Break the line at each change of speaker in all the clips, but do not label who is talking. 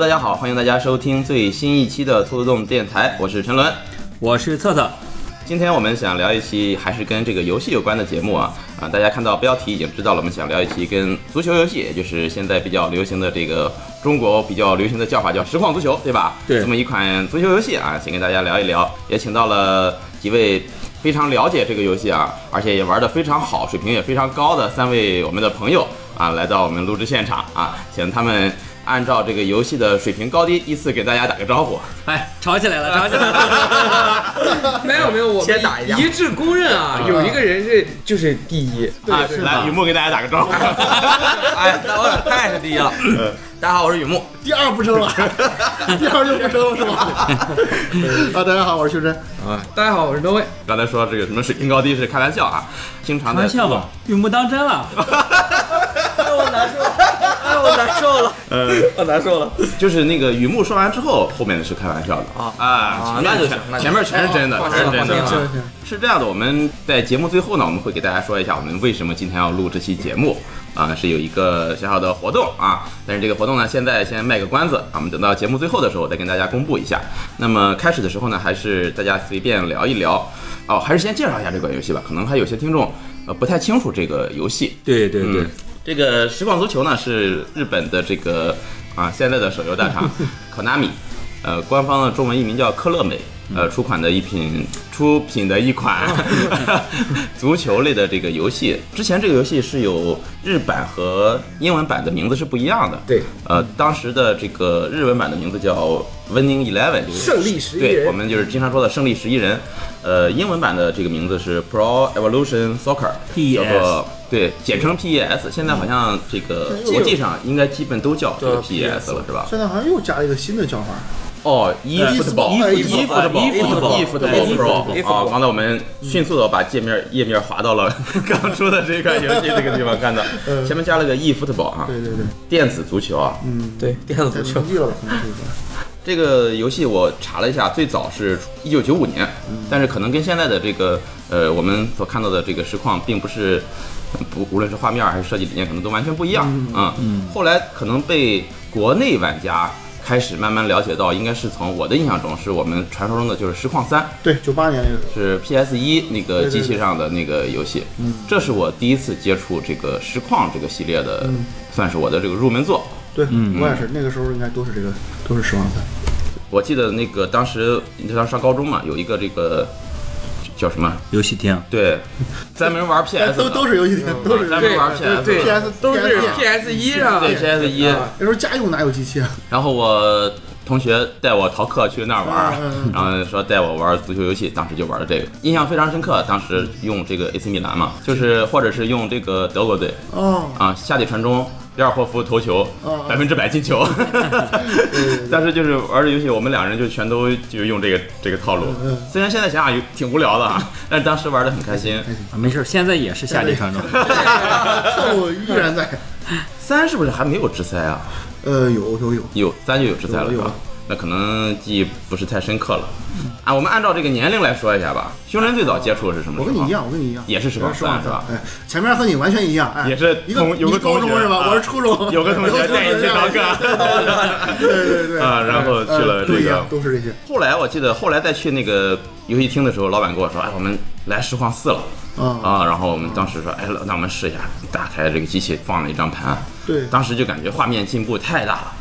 大家好，欢迎大家收听最新一期的兔子洞电台，我是陈伦。
我是策策，
今天我们想聊一期还是跟这个游戏有关的节目啊啊！大家看到标题已经知道了，我们想聊一期跟足球游戏，也就是现在比较流行的这个中国比较流行的叫法叫实况足球，对吧？
对
这么一款足球游戏啊，想跟大家聊一聊，也请到了几位。非常了解这个游戏啊，而且也玩得非常好，水平也非常高的三位我们的朋友啊，来到我们录制现场啊，请他们按照这个游戏的水平高低依次给大家打个招呼。
哎，吵起来 了，吵起来 了。
没有没有，我们
先打一架
一致公认啊，有一个人是就是第一。
啊，来，雨木给大家打个招呼。 嗯
哎，那我俩太是第一了。大家好，我是雨木。
第二不争 了，第二就不争了是 吧？啊，大家好，我是秀珍。
大家好，我是德威。
啊刚才说这个什么水平高低是开玩笑啊，经常
开
在
玩笑吧，用不当真了。
哎，我难受了，哎，我难受了，我难受了。
呃就是那个雨木说完之后，后面的是开玩笑的
啊
啊前
那
面
就
全
行那哎就
前面全是真的，
放
全
心
是
了
真的
放心
啊。是这样的，我们在节目最后呢，我们会给大家说一下我们为什么今天要录这期节目啊，是有一个小小的活动啊，但是这个活动呢，现在先卖个关子，啊我们等到节目最后的时候再跟大家公布一下。那么开始的时候呢，还是大家随便聊一聊哦，还是先介绍一下这款游戏吧，可能还有些听众呃不太清楚这个游戏。
对对对
嗯，这个实况足球呢是日本的这个啊现在的手游大厂 Konami，呃，官方的中文译名叫科乐美，呃，出款的一品出品的一款足球类的这个游戏。之前这个游戏是有日版和英文版的名字是不一样的。
对，
呃，当时的这个日文版的名字叫 Winning Eleven，就是
胜利11
对
人
我们就是经常说的胜利十一人。呃，英文版的这个名字是 Pro Evolution Soccer，
PES
叫做对，简称 PES。现在好像这个
嗯
国际上应该基本都叫这个
叫
PES 了，是吧？
现在好像又加了一个新的叫法，
哦，eFootball，
eFootball，
eFootball，
eFootball Pro。
eFootball
哦，刚才我们迅速的把界面页面滑到了刚出的这个游戏这个地方，看到
嗯
前面加了个 eFootball 啊，
对对对，
电子足球啊，
嗯，
对，电子足
太
球
牛。逼了吧，可能是吧
这个游戏我查了一下，最早是一九九五年，但是可能跟现在的这个呃我们所看到的这个实况并不是。呃不，无论是画面还是设计理念，可能都完全不一样啊、嗯后来可能被国内玩家开始慢慢了解到，应该是从我的印象中，是我们传说中的就是实况三，
对，九八年那个，
是 PS 一那个
对对
机器上的那个游戏。这是我第一次接触这个实况这个系列的，算是我的这个入门作。
对
嗯
我也是，那个时候应该都是这个，都是十万三，
我记得那个当时你知道上高中嘛，有一个这个叫什么？
游戏厅，啊
对，专门玩 PS 的，
哎都都是游戏厅，都是
专门玩 PS 的。
嗯对
PS
都是
PS
PS 一上。
对 PS 一，
啊
那时候家用哪有机器啊？
然后我同学带我逃课去那儿玩儿
嗯嗯，
然后说带我玩足球游戏，当时就玩了这个，印象非常深刻。当时用这个 AC 米兰嘛，就是或者是用这个德国队
哦，
啊，下底传中，里尔霍夫头球
嗯，嗯
百分之百进球。
对
当时就是玩这游戏，我们两人就全都就用这个这个套路
嗯，
虽然现在想想有挺无聊的 啊，但是当时玩的很开心。
啊没事，现在也是下底传 中。
套路依然在，
三是不是还没有直塞啊？
呃，有有有，
有三就有直塞了，是
有
吧
有？
那可能记忆不是太深刻了。啊，我们按照这个年龄来说一下吧。胸针最早接触的是什么？啊
我跟你一，样，我跟你一样，
也是十
我
磅
是十万
是吧
哎，前面和你完全一样，哎，
也是
一
同
个
有个
你高
同
中
学
是
啊
吧？我是初中，
有个同 学带你去
堂
逃课。
对对对
啊然后去了
呃
这个
对呀都是这些
后来我记得，后来再去那个游戏厅的时候，老板跟我说：“哎，我们来实况四了。”
啊，
啊，然后我们当时说，哎，那我们试一下，打开这个机器放了一张盘，
对，
当时就感觉画面进步太大了，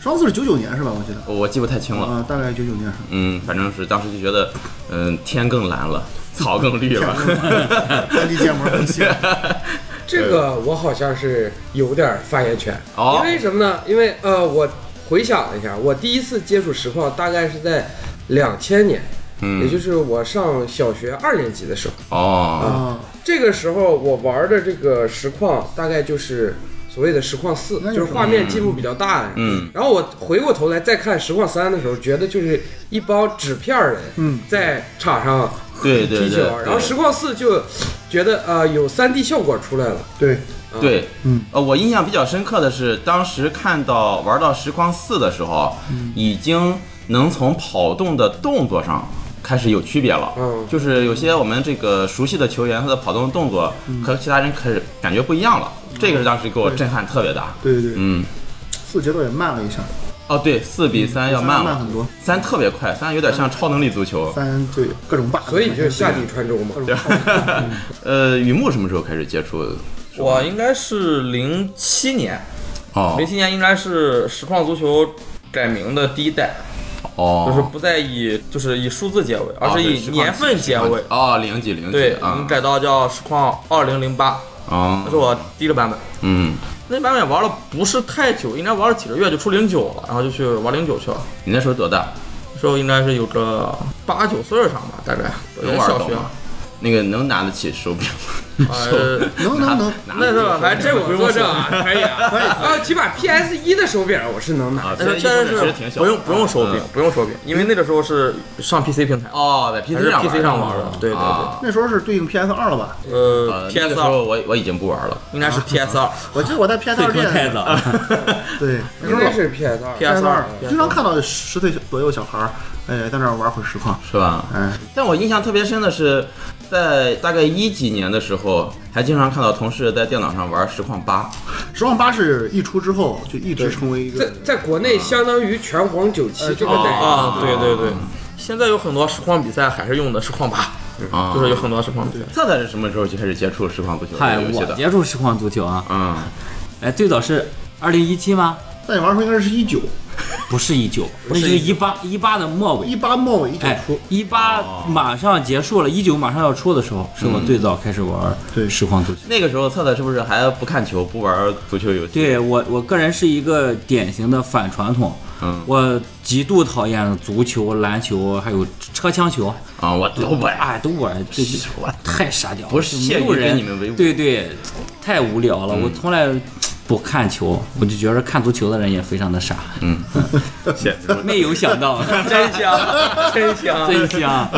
上次是九九年是吧？我记得
我记不太清了，
啊，大概九九年，
嗯，反正是当时就觉得，嗯，天更蓝 了，草更绿了，
三 D 建模很新，
这个我好像是有点发言权，
哦
因为什么呢？因为呃，我回想了一下，我第一次接触实况大概是在两千年，
嗯
也就是我上小学二年级的时候。
哦，
啊，
这个时候我玩的这个实况大概就是所谓的实况四，
那
就
就是
是画面进步比较大的。
嗯，
然后我回过头来再看实况三的时候，觉得就是一帮纸片人，
嗯，
在场上
对对
踢球
对，，
然后实况四就觉得呃有三 D 效果出来了。
对，
啊
对，
嗯，
呃，我印象比较深刻的是，当时看到玩到实况四的时候，
嗯
已经能从跑动的动作上。开始有区别了，
嗯
就是有些我们这个熟悉的球员，他的跑动动作
嗯
和其他人开始感觉不一样了，这个是当时给我震撼特别大。
对对对，
嗯，
四节奏也慢了一下，
哦，对，四比三要慢
嗯慢
了，
很多，
三特别快，三有点像超能力足球。
三对各种
啊
bug，
所以就是下地穿州嘛
各。种 bug
呃，雨木什么时候开始接触的？
我应该是零七年，
哦
零七年应该是实况足球改名的第一代，就是
哦，
不再以就是以数字结尾，而
哦
是
对
以
实况
年份结尾。
哦，零几零
对
几，
我们
啊，
改到叫实况二零零八，
哦
那是，我第一个版本。
嗯，
那版本玩了不是太久，应该玩了几个月就出零九了，然后就去玩零九去了。
你那时候多大？
那时候应该是有个八九岁儿上吧，大概
能
也
玩
小
懂
学。
吗？那个能拿得起手柄，
呃，
能能能，
那 时候反正
这
这我
我
不用
作证
说，
啊，可以啊，啊，起码 PS 一的手柄我是能拿的。
啊，
但是
虽
确
然
实
手柄
是
其挺小的，
不用不用手柄
嗯，
不用手柄，因为那个时候是上 PC 平台，
哦，在
还
PC
是
上
PC 上玩
的
的，对对对，
啊。
那时候是对应 PS 二了吧？
呃
呃，那个
，PS
时
二
候啊我我已经不玩了，
应该是 PS 二
我记得我在 PS
退
二
出太
店，
早，
对，那时
应
候
该是 PS 二。
，PS 二
我经常看到十岁左右小孩儿，哎，在那儿玩会儿实况，
是吧？
嗯，
但我印象特别深的是，在大概一几年的时候，还经常看到同事在电脑上玩实况八。
实况八是一出之后就一直成为一
在
个，
在国内相当于拳皇九七
呃
这个
这个
代
啊
理，
啊，对对对。现在有很多实况比赛还是用的实况八，
啊，
就是有很多实况比赛。
策策是什么时候就开始接触实况足球
嗨，
这个游戏
我
的？
接触实况足球啊，
嗯，
哎，最早是二零一七吗？
但你玩的时候应该是一九
不是一九，那是一八一八的末尾。
一八末尾一九
哎
出，，
一
哦
八马上结束了，一九马上要出的时候，是我最早开始玩
对
实况足球。
那个时候策策是不是还不看球，不玩足球游戏？，
对我，我个人是一个典型的反传统，
嗯
我极度讨厌足球、篮球，还有车枪球，
啊，我都不爱。
哎，都玩，这我太傻屌了，
不是屑于
没有人
跟你们为伍嗯
对对，太无聊了，我从来不看球，我就觉得看足球的人也非常的傻，
嗯，谢。
没有 想到，
真 香，真香！
真 香，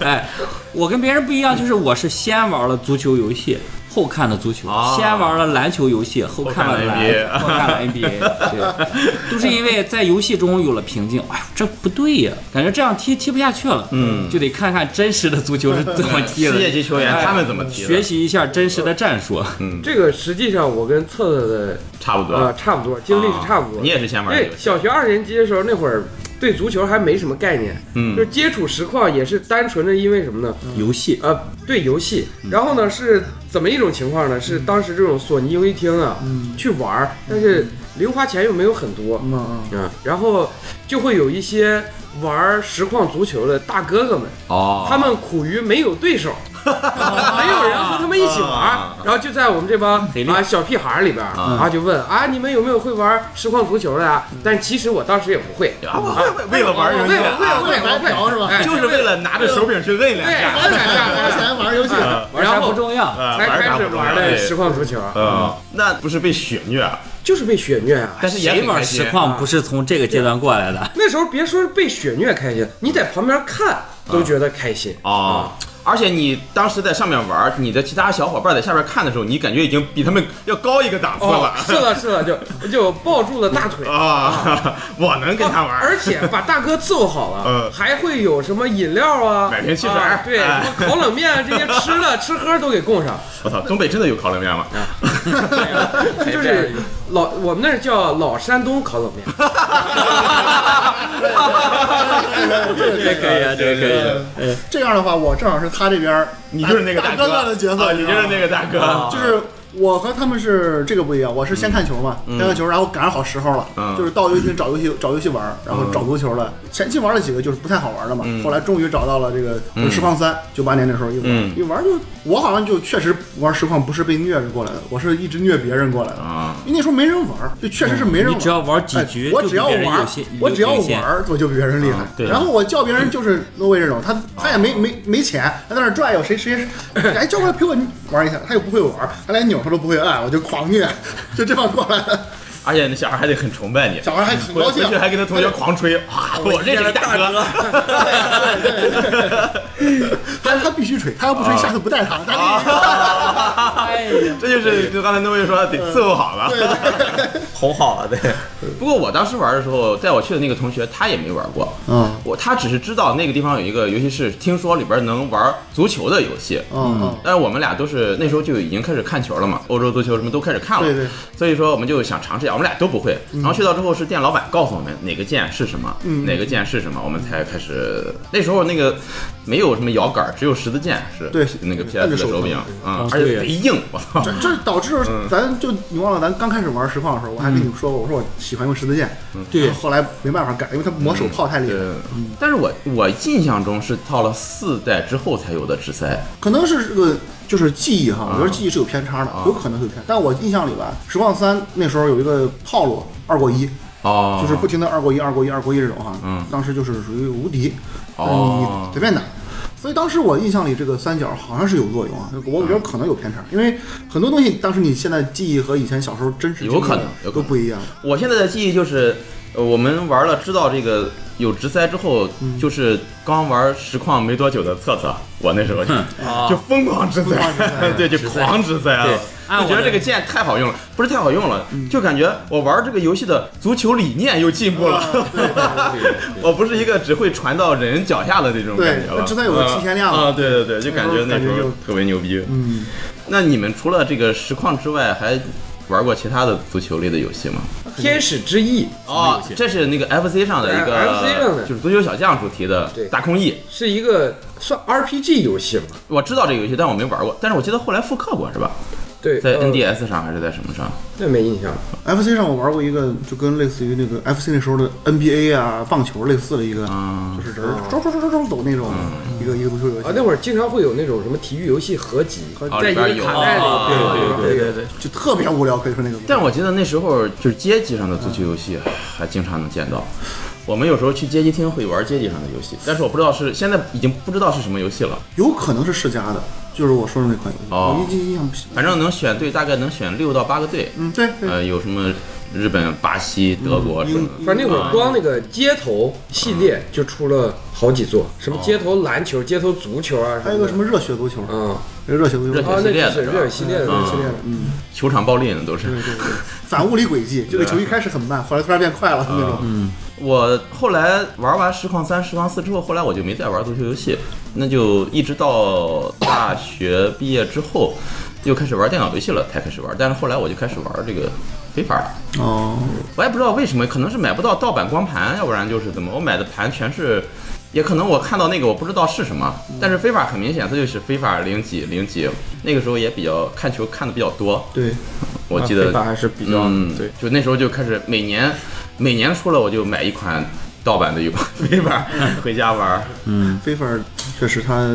哎，我跟别人不一样，就是我是先玩了足球游戏。后看的足球，
哦
先玩了篮球游戏，后看了
后看了
篮，
NBA
后看了 NBA，对，都是因为在游戏中有了瓶颈。哎呦，这不对呀，感觉这样踢踢不下去了，嗯，就得看看真实的足球是怎么踢 的。
世界级球员
哎
他们怎么踢的
学习一下真实的战术。
这个实际上我跟策策的
差不多。
啊
呃差不多，经历是差不多
哦啊你。也是先玩这
对
个，游戏
哎小学二年级的时候，那会儿对足球还没什么概念，
嗯
就是接触实况也是单纯的因为什么呢？
游
嗯
戏
呃，对游戏。然后呢是怎么一种情况呢？是当时这种索尼游戏厅啊，去玩儿，但是零花钱又没有很多，
嗯嗯，
啊，然后就会有一些玩儿实况足球的大哥哥们，
哦，
他们苦于没有对手，没 有人和他们一起玩儿
啊，嗯
然后就在我们这帮
黑绿
啊小屁孩儿里边儿
啊
啊就问啊你们有没有会玩儿实况足球的呀？但其实我当时也不会，
啊我为为了玩
我
游
会我
戏，啊
会我会
白
我
嫖
会
是吧
哎
就是为了拿着手柄去摁两
对
下，
玩两
花
下，
钱玩游戏，
玩
然
啥不
后
重
嗯
要，
呃
才开始玩的实。况足球，啊
嗯，那不是被血虐，啊
就是被血虐啊。
但是也
谁
很开
玩
心
实况不是从这个阶段过来的？
那时候别说是被血虐开心，你在旁边看都觉得开心。
嗯
啊
哦，
嗯
而且你当时在上面玩，你的其他小伙伴在下边看的时候，你感觉已经比他们要高一个档次
哦
了，。
是的，是的，就就抱住了大 腿，
啊，我能跟他玩，
啊而且把大哥伺候好了，
嗯
还会有什么饮料啊，
买瓶汽水
啊对，
哎
什么烤冷面啊，这些吃的吃喝都给供上，
我操，东北真的有烤冷面吗？
啊
哎
就是老我们那儿叫老山东烤冷面，
这可以啊，这可以，
呃这样的话，我正好是他这边儿，
你就是那个
大
哥
哥的角
啊
色，
你就是那个
个，
大哥，
啊
就是。我和他们是这个不一样，我是先看球嘛，先看球，然后赶上好时候了，
嗯
就是到游戏厅找游戏找游戏玩儿，然后找足球了。前期玩了几个就是不太好玩的嘛，后来终于找到了这个实况三，九八年的时候一玩、
嗯
一玩就，我好像就确实玩实况不是被虐着过来的，我是一直虐别人过来的。
啊，
因为那时候没人玩儿，就确实是没人玩儿。
你只要玩几
哎
局
我
就
只
比
要
别人
玩儿
有些，
我
有
只要
有限
玩儿，我就比别人厉害
啊。对啊
然后我叫别人就是诺威这种，他他也没没没钱，他在那儿转悠，谁谁谁，哎，叫过来陪我玩一下，他又不会玩儿，他连钮他都不会按，我就狂虐， 就这样过来的。
而且那小孩还得很崇拜你，
小孩还很
回
高
回
兴
去，还跟他同学 狂吹，哇，我这是个大哥，啊
但是他必须吹，他要不吹，下次不带他。他
哎呀，
这就是就刚才那位说得伺候好了。
哄好了，对，
不过我当时玩的时候，带我去的那个同学他也没玩过，
嗯
我他只是知道那个地方有一个游戏室，听说里边能玩足球的游戏。
嗯
但是我们俩都是那时候就已经开始看球了嘛，欧洲足球什么都开始看了，
对对嗯
所以说我们就想尝试一下，我们俩都不会。然后去到之后是店老板告诉我们哪个键是什么，哪个键是什么，我们才开始。那时候那个没有什么摇杆，只有十字键是
对
那个 PS
那
的
个手
手
柄嗯
柄啊
啊，
而且
对
贼硬，我操！
这这导致
嗯
咱就你忘了，咱刚开始玩实况的时候，我还跟你们说过，我说我喜欢用十字键，
对
然后后来没办法改，因为它磨手炮太厉害了，
嗯对，但是我我印象中是到了四代之后才有的直塞，
可能是这个就是记忆哈，
啊
我觉得记忆是有偏差的，有可能是有偏差。但我印象里吧，实况三那时候有一个套路二过一，
哦
就是不停的二过一、二过一、二过一这种哈，
嗯
当时就是属于无敌，
哦
你随便打。所以当时我印象里这个三角好像是有作用啊，我我觉得可能有
啊
偏差，因为很多东西当时你现在记忆和以前小时候真实
有可能
经历的
有可能
都不一样。
我现在的记忆就是，呃我们玩了知道这个有直塞之后，
嗯
就是刚玩实况没多久的策策，我那时候就、
哦
就疯狂直塞， 对，就狂直塞啊
对。按
我
哎
我
觉得
的
这个键太好用了，不是太好用了，
嗯
就感觉我玩这个游戏的足球理念又进步
啊
了。 我不是一个只会传到人脚下的那种感觉了。
对直塞有个提前量
啊、
了
啊对对对，就感觉那时
感觉
候
就
特别牛逼。
嗯，
那你们除了这个实况之外，还玩过其他的足球类的游戏吗？
天使之翼
哦，这是那个 FC 上的一个
对 FC 上的
就是足球小将主题的
对
大空翼。
是一个算 RPG 游戏嘛？
我知道这个游戏，但我没玩过。但是我记得后来复刻过，是吧？
对，
在
呃
NDS 上还是在什么上？
那没印象了。
FC 上我玩过一个，就跟类似于那个 FC 那时候的 NBA 啊、棒球类似的一个，
嗯，
就是人儿嗖嗖嗖嗖嗖走那种一个一个足球游戏
啊，那会儿经常会有那种什么体育游戏合集，
哦
在
里
一个
边有
卡带里，
哦
对
对对
对，
就特别无聊，可以说那个。
但我记得那时候就是街机上的足球游戏还经常能见到。我们有时候去街机厅会玩街机上的游戏，但是我不知道是现在已经不知道是什么游戏了。
有可能是世嘉的，就是我说的那款游戏，
哦
我一印象不行。
反正能选队，大概能选六到八个队。
嗯，对对，
呃，有什么日本、巴西、德国什么的。
反正那会儿光那个街头系列就出了好几座，什么街头篮球、街头足球啊，
还有个什
什
么热血足球，
么啊，
热血足
嗯热
球
血
啊，那
系列的
就是
吧
热系列的
嗯
那
系
些
列的，嗯，
球场暴力呢都是。
对对对，反物理轨迹，这个球一开始很慢，后来突然变快了
嗯
那种。
我后来玩完实况三、实况四之后，后来我就没再玩足球游戏，那就一直到大学毕业之后，又开始玩电脑游戏了，才开始玩。但是后来我就开始玩这个非法了，
哦，
我也不知道为什么，可能是买不到盗版光盘，要不然就是怎么，我买的盘全是。也可能我看到那个我不知道是什么，但是非法很明显，它就是非法零几零几，那个时候也比较看球看的比较多，
对，
我记得
非法还是比较
嗯，
对，
就那时候就开始每年每年出了我就买一款盗版的游 非法回家玩儿。
非法确实它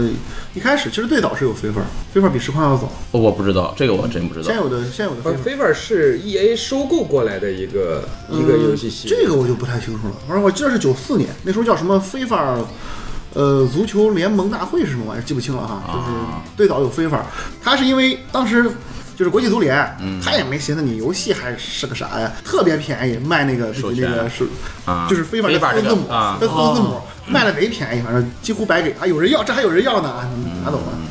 一开始其实最早是有非法，非法比实况要早，
哦我不知道这个我真不知道
现。有的现有的
呃
非法。
，Fever 是 E A 收购过来的一个
嗯
一个游戏系列。
这个我就不太清楚了。反正我记得是九四年，那时候叫什么非法，呃，足球联盟大会是什么玩意儿，记不清了哈。就是
啊
最早有非法，他是因为当时。就是国际足联，
嗯
他也没寻思你游戏还是个啥呀，特别便宜，卖那个
授
比那个
权
是
啊
就是非法
非
的
法
四
这
字
个
母，
啊
它四字母卖的贼便宜，反正几乎白给啊，有人要，这还有人要呢，啊你拿走吧。
嗯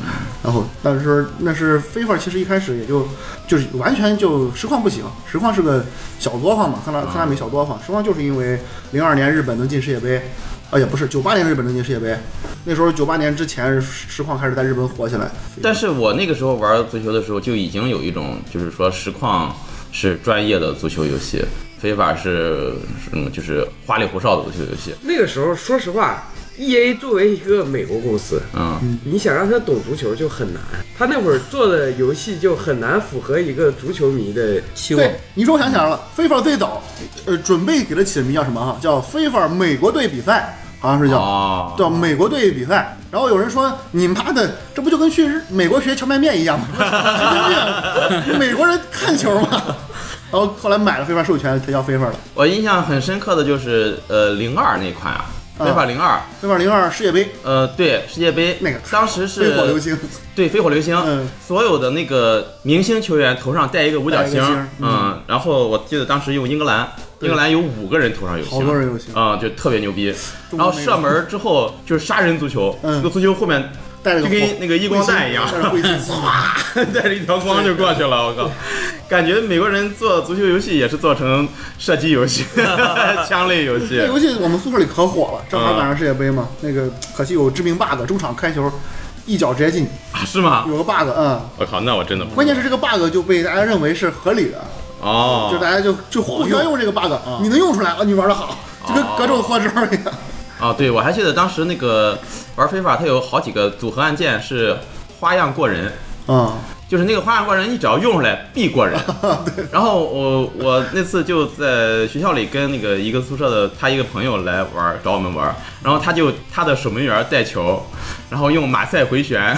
然后，但是那是非法，其实一开始也就就是完全就实况不行，实况是个小作坊嘛，克拉克
嗯
拉米小作坊，实况就是因为零二年日本能进世界杯，啊也不是九八年日本能进世界杯，那时候九八年之前实况开始在日本火起来，
但是我那个时候玩足球的时候，就已经有一种就是说实况是专业的足球游戏，非法是什么就是花里胡哨的足球游戏。
那个时候，说实话，E A 作为一个美国公司，
嗯，
你想让他懂足球就很难。他那会儿做的游戏就很难符合一个足球迷的。
期望
对，你说我想起来了，非法最早，呃，准备给它起的名叫什么哈？叫非法美国队比赛，好像是叫，
哦
叫美国队比赛。然后有人说，你妈的，这不就跟去日美国学荞麦面一样吗？ 神经病美国人看球吗？然后后来买了非法授权，才叫非法了。
我印象很深刻的就是呃零二那款啊，
嗯
非法零二，
非法零二世界杯
呃对世界杯
那个
当时是
飞火流星，
对，飞火流星，
嗯
所有的那个明星球员头上戴一个五角
戴一个星
嗯然后我记得当时用英格兰，英格兰有五个人头上有星，
好多人有星
啊、就特别牛逼。
中
然
国
后
没有
射门之后就是杀人足球，这
嗯
个足球后面
带着
就
个
跟那个
一
一光弹一样
带着，灰 烬，唰，
带着一条光就过去了。我靠，感觉美国人做足球游戏也是做成射击游 戏、枪类游戏
那。游戏我们宿舍里可火了，正好赶上世界杯嘛，
嗯
那个可惜有致命 bug，中场开球一脚直接进，
啊，是吗？
有个 bug，嗯，
我靠，那我真的不
关键是这个 bug 就被大家认为是合理的，
哦
就大家就就互相用这个 bug，你能用出来啊，你玩的好，就跟各种火招一样。
啊，对，我还记得当时那个玩非法，它有好几个组合按键是花样过人，
啊，
就是那个花样过人，你只要用出来必过 人。然后我我那次就在学校里跟那个一个宿舍的他一个朋友来玩儿，找我们玩儿，然后他就他的守门员带球，然后用马赛回 旋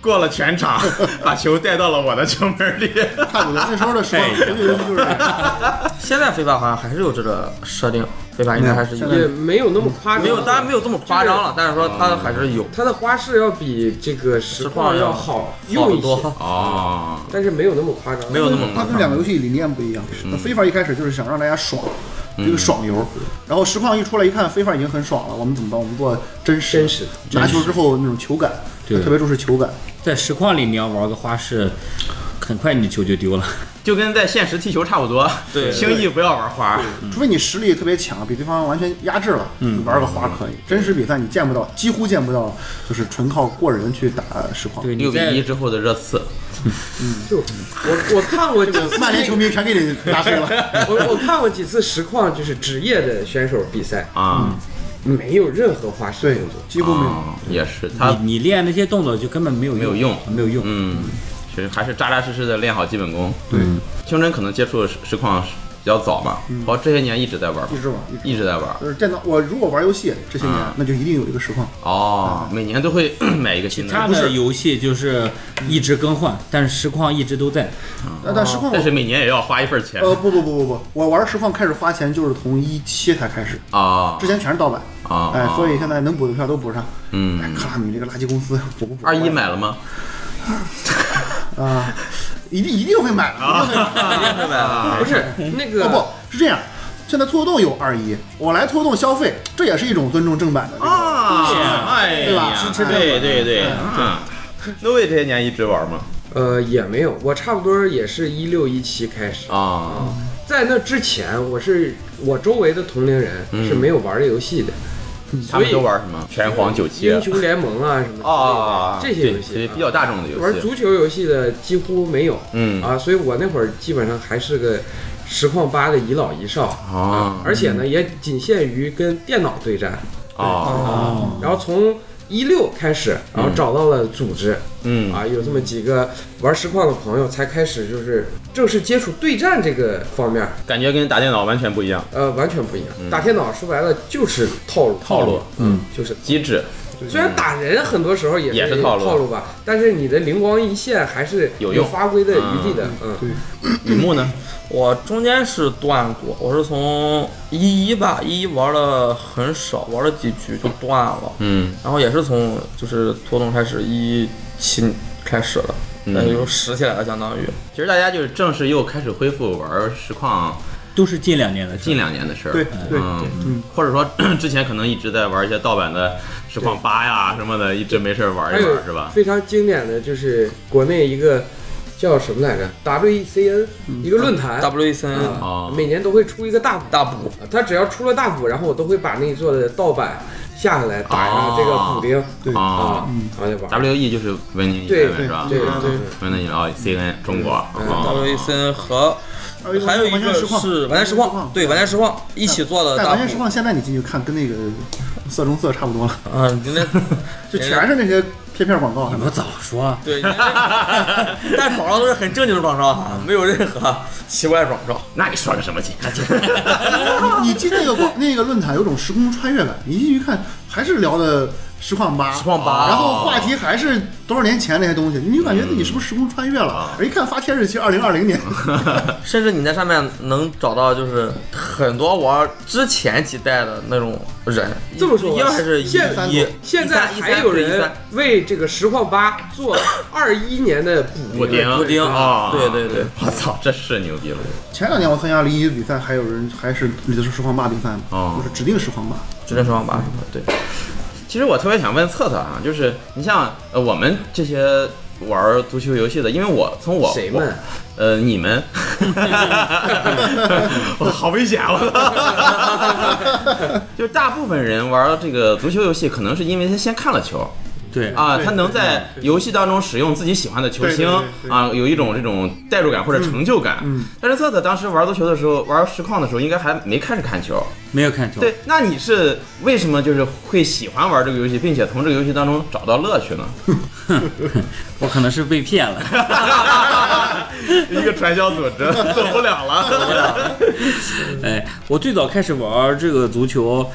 过了全场，把球带到了我的球门里。
太不对，那时候的时光，足球游戏就是这样
现在非法好像还是有这个设定，非法应该还
嗯
是有，
也没有那么夸张，
嗯没有，当然没有这么夸张了，但是说它还是有。
它的花式要比这个实况要好用一
好
些
很，
哦，
但是没有那么夸张，
没有那么
它跟两个游戏理念不一样。那非法一开始就是想让大家爽，这个爽游，然后实况一出来一看，非法已经很爽了，我们怎么办？我们做真实，
真实的
拿球之后那种球感，
对
特别重视球感。
在实况里你要玩个花式，很快你的球就丢了。
就跟在现实踢球差不多，
对
轻易不要玩花儿。
除非你实力特别强，比对方完全压制了，你玩个花可以。真实比赛你见不到，几乎见不到，就是纯靠过人去打实况。
对，你
六比
在
一之后的热刺，
就我我看过几次
曼联球迷全给你拉黑 了。
我我看过几次实况，就是职业的选手比赛，
啊，
没有任何花式
对
动作，，
几乎没有。
啊也是他，
你你练那些动作就根本没有
没有用
没有用。
嗯，其实还是扎扎实实的练好基本功。
对，
清真可能接触实实况比较早嘛，我这些年一直在玩吧，
一直玩，一
一
直
直在玩
玩。。就是电脑，我如果玩游戏这些年
啊，
那就一定有一个实况。
哦，每年都会 买一个
其
新
他
的，
的游戏就是一直更换，但是实况一直都在。
但但实况我
哦但是每年也要花一份钱
呃，不不不不不，我玩实况开始花钱就是从一七才开始，
啊
之前全是盗版，
啊！
哎，所以现
在
在能补的票都补上。哎，
嗯，
克拉米这个垃圾公司，补不补？
二一买了吗？
啊，一定一定会买的。一定
啊
会买的
不是
肯定是呗，
那个
哦不是这样，现在兔子洞有二一，我来兔子洞消费，这也是一种尊重正版的这个。
啊，哎
对吧
呀
是是
对对对，嗯，那为这些年一直玩吗？
呃也没有，我差不多也是一六一七开始，
啊，
在那之前我是我周围的同龄人
嗯
是没有玩这游戏的，
他
所
们
以
都玩什么？啊拳皇九七
英雄联盟啊什么之类的
啊，
这些
对
游
这些
戏
比较大众的游
玩
戏。
足球游戏的几乎没有，
嗯
啊，所以我那会儿基本上还是个实况吧的遗老遗少
啊
而且呢也仅限于跟电脑对战，
哦，
哦，
然后从一六开始，然后找到了组织、
嗯
啊，有这么几个玩实况的朋友，才开始就是正式接触对战这个方面，
感觉跟打电脑完全不一样，
呃，完全不一样。打电脑说白了就是套路，
嗯套路，
嗯，就是
机制
虽然打人很多时候也
也是
是
套路啊
吧，但是你的灵光一现还是
有
有
用
发挥的余地的，嗯，
雨幕呢？
我中间是断过，我是从一一吧，一一玩了很少，玩了几局就断了，
嗯，
然后也是从就是拖动开始一七开始的，那就拾起来了，相当于。
其实大家就是正式又开始恢复玩实况
都是近两年的事
近
儿。
两年的事儿，
对对
嗯，或者说 之前可能一直在玩一些盗版的实况八呀什么的，一直没事儿玩
还
一
有
玩是吧？
非常经典的就是国内一个叫什么来
嗯
着，WECN 一个论坛，
W E C N
哦
啊，每年都会出一个大补，
大补，
他只要出了大补，然后我都会把那一座的盗版下下来，打上这个补丁，
对
哦
啊，然后就玩。
，W E 就是文宁
对
英文是吧？
对
嗯
对，
文宁哦，C N 中国哦
W E C N 和
二一
还有一
完全
个
实况
是完全实况，，对完全实况一起做的
但
大
完全实
补，
况现在你进去看跟那个色中色差不多了，
啊，你那
就全是那些片片广告什么
我早说，
对，你那 但广告都是很正经的广告啊，没有任何奇怪广告。
那你说个什 么劲？
的。你你进那个广那个论坛有种时空穿越感，你进去看还是聊的实况吧，实
况吧
然后话题
啊
还是多少年前那些东西，你就感觉自己
嗯
是不是时空穿越
啊
了？而一看发帖日期二零二零年，
甚至你在上面能找到就是很多玩之前几代的那种人，
这么说吧
一二还是一
现
一，
现在
一三
还有
一三
人为这个实况吧做二一年的补
补丁
丁，
布丁
哦
对对对，
我操，这是牛逼了！
前两年我参加零一比赛，还有人还是就是实况吧比赛嘛，
哦
就是指定实况吧。
指定双吧什么的，对，
其其实我特别想问策策啊，就是你像呃我们这些玩足球游戏的，因为我从我
谁
我
们？
呃你 们，我好危险
啊
我操！ 就是大部分人玩这个足球游戏，可能是因为他先看了球，
对
啊，
对
他能在游戏当中使用自己喜欢的球星
对对对对
啊，有一种这种代入感或者成就感。
嗯嗯
但是策策当时玩足球的时候，玩实况的时候，应该还没开始看球。
没有看球。
对，那你是为什么就是会喜欢玩这个游戏，并且从这个游戏当中找到乐趣 呢？
我可能是被骗了。
一个传销组 织走不了了。
哎，我最早开始玩这个足球，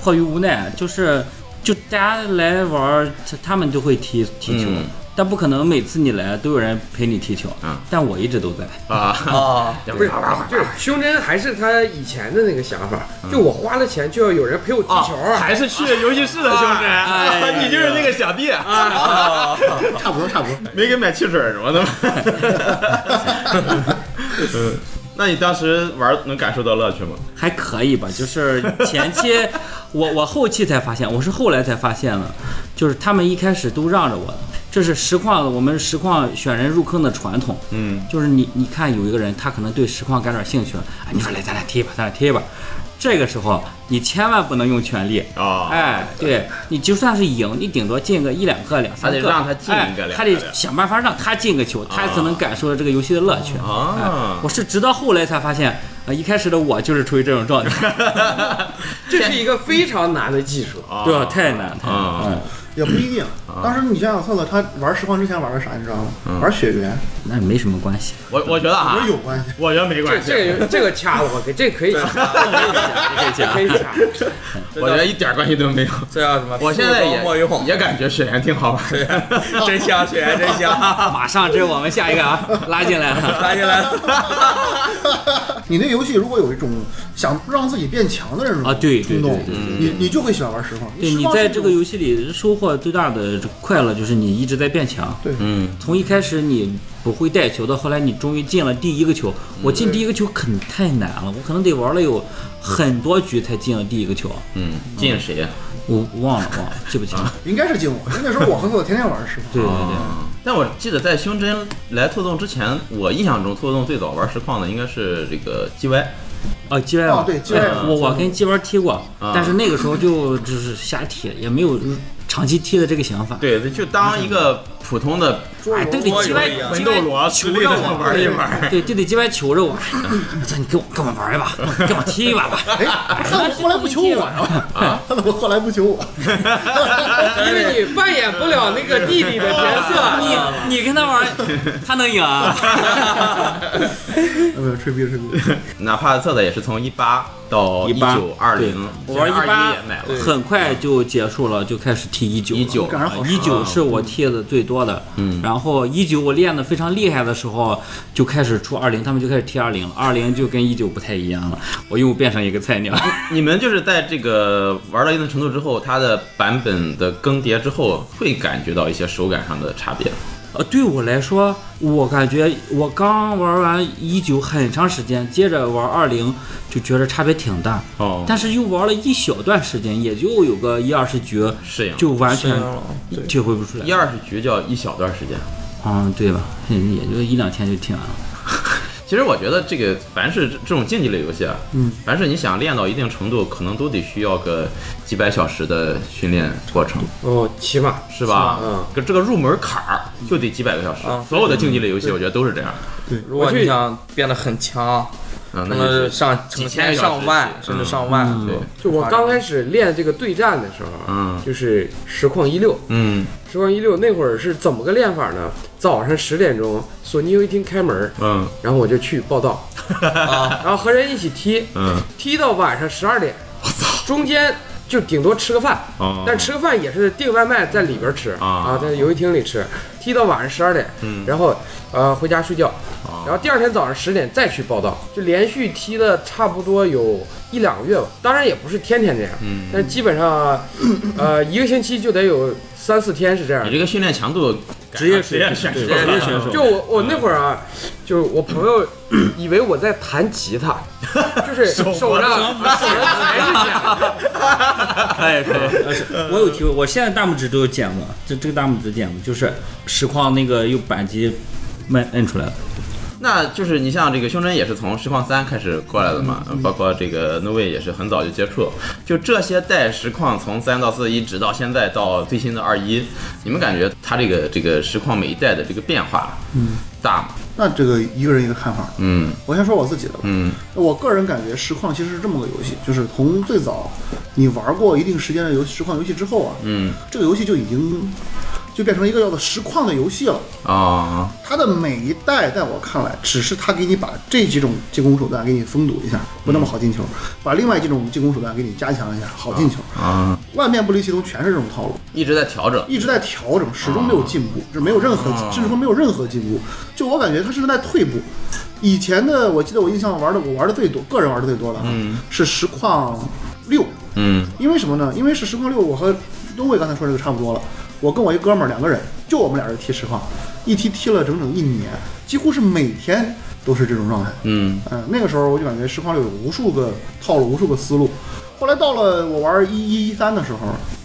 迫于无奈，就是就大家来玩，他他们就会踢踢球，
嗯
但不可能每次你来都有人陪你踢球。
嗯
但我一直都在。
啊，
啊，
不
不是，就是胸针还是他以前的那个想法，就我花了钱就要有人陪我踢球啊。
哦还是去游戏室的兄弟，
哎呀
你就是那个小弟，
啊
差不多差不多。
没给买汽水什么 的吗？嗯，那你当时玩能感受到乐趣吗？
还可以吧，就是前期我我后期才发现，我是后来才发现了，就是他们一开始都让着我的，这是实况的我们实况选人入坑的传统，
嗯，
就是你你看有一个人他可能对实况感点兴趣了，哎，你说来咱俩踢吧，咱俩踢吧，这个时候你千万不能用全力。
啊，
哎，对你就算是赢，你顶多进个一两个、两三个，
还得让他进一个
哎
两哦
他
个
得想办法让他进个球，他才能感受到这个游戏的乐趣
啊
我是直到后来才发现，啊，一开始的我就是处于这种状态，
这是一个非常难的技术，
啊
对吧？太难，太
啊
难，嗯，
也不一定。
啊
当时你想想，策策他玩实况之前玩的啥，你知道吗？
嗯
玩血缘，
那没什么关系。
我我觉得
我
啊
说，有关 系。
我觉得没
这
关系，
这个这个掐了吧，给这可以掐，可以掐，可以掐。
我觉得一点关系都没有。
这叫什么？
我现啊在
树倒莫用
也也感觉雪原挺好玩的，
真香，雪原真香，
啊马上，这是我们下一个啊， 拉进来了。
拉进来。
你那游戏如果有一种想让自己变强的那种
啊对对
冲动
对对，
你你就会喜欢玩实况。
对
实
你
况是
在
一
这
种
个游戏里收获最大的快乐就是你一直在变强。
对
嗯，
从一开始你不会带球的，后来你终于进了第一个球。我进第一个球可太难了，我可能得玩了有很多局才进了第一个球，
嗯，进谁呀？
我忘了忘了，记不清 了。
应该是进我，因为那时候我和策策天天玩实况。
对对对，
啊但我记得在胸针来兔洞之前，我印象中兔洞最早玩实况的应该是这个 GY
啊，基尔
哦对基尔
哎我我跟基尔踢过，
啊
但是那个时候就只是瞎踢，也没有长期踢的这个想法。
对，就当一个普通的
哎，都得
桌游
鸡歪
一样
鸡
魂
歪
斗罗啊之
求
类
着
的
我
玩一玩。
对，就得鸡歪求着我，啊我操，你跟我跟我玩一把，跟我踢一把吧。
哎，他怎么后来不求我呀？啊， 他怎么后来不求我？
因为你扮演不了那个弟弟的角色，
你你跟他玩，他能赢 啊？
没有吹逼吹逼。
哪怕测的也是从一八到
18
九二
对
零，
我玩
一
八
也买，了，
很快就结束了，就开始踢一九。
19
赶上好
一
时
啊
九是我踢的最多的，嗯，然后一九我练的非常厉害的时候，就开始出二零，他们就开始踢二零了，二零就跟一九不太一样了，我又变成一个菜 鸟。
你们就是在这个玩到一定程度之后，它的版本的更迭之后，会感觉到一些手感上的差别。
呃，对我来说，我感觉我刚玩完一九很长时间，接着玩二零，就觉得差别挺大，
哦
但是又玩了一小段时间，也就有个一二十局，
适应
就完全
适应了对
体会不出来
啊一。二十局叫一小段时间。
嗯，对吧？嗯也就一两天就踢完了。
其实我觉得这个凡是这这种竞技类游戏啊，嗯，凡是你想练到一定程度，可能都得需要个几百小时的训练过程，
哦，起码
是吧？
嗯，
这这个入门槛儿就得几百个小时
啊，
所有的竞技类游戏我觉得都是这样。
如果你想变得很强，
嗯，
那
那就
么
是
上
几
成
千个
千
小时
上万，
起
甚至上万。
对，
就我刚开始练这个对战的时候，啊
嗯
就是实况一六，
嗯
实况一六那会儿是怎么个练法呢？早上十点钟，索尼游戏厅开门，
嗯
然后我就去报道，
啊，
然后和人一起踢，
嗯，
踢到晚上十二点，我操，中间就顶多吃个饭，
哦，
但吃个饭也是订外卖在里边吃
啊嗯哦
在游戏厅里吃，踢到晚上十二点，然后呃回家睡觉，然后第二天早上十点再去报道，就连续踢了差不多有一两个月吧。当然也不是天天这样，
嗯
但基本上，呃，一个星期就得有三四天是这样
你
的。
这个训练强度，
啊职业
职业选手，
对职业选手
就我我那会儿啊，就是我朋友以为我在弹吉他，就是手上手上还是这样，
可以可以，呃是我有提过，我现在大拇指都有剪过，这这个大拇指剪过，就是实况那个用扳机慢摁出来的。
那就是你像这个胸针也是从实况三开始过来的嘛，包括这个 No Way 也是很早就接触。就这些带实况从三到四一直到现在到最新的二一，你们感觉它这个这个实况每一代的这个变化，嗯，大吗？
那这个一个人一个看法，
嗯
我先说我自己的吧。
嗯
我个人感觉实况其实是这么个游戏，就是从最早你玩过一定时间的游戏实况游戏之后啊，
嗯
这个游戏就已经就变成一个叫做实况的游戏了。
啊
它的每一代，在我看来，只是它给你把这几种进攻手段给你封堵一下，不那么好进球；把另外几种进攻手段给你加强一下，好进球。
啊，
万变不离其宗，全是这种套路，
一直在调整。
一直在调整，始终没有进步，就没有任何，甚至说没有任何进步。就我感觉，它是在退步。以前的，我记得我印象玩的，我玩的最多，个人玩的最多的，嗯，是实况六，
嗯
因为什么呢？因为是实况六，我和东伟刚才说这个差不多了。我跟我一哥们儿两个人，就我们俩人踢实况，一踢踢了整整一年，几乎是每天都是这种状态。
嗯
嗯，那个时候我就感觉实况六有无数个套路，无数个思路。后来到了我玩一一一三的时候，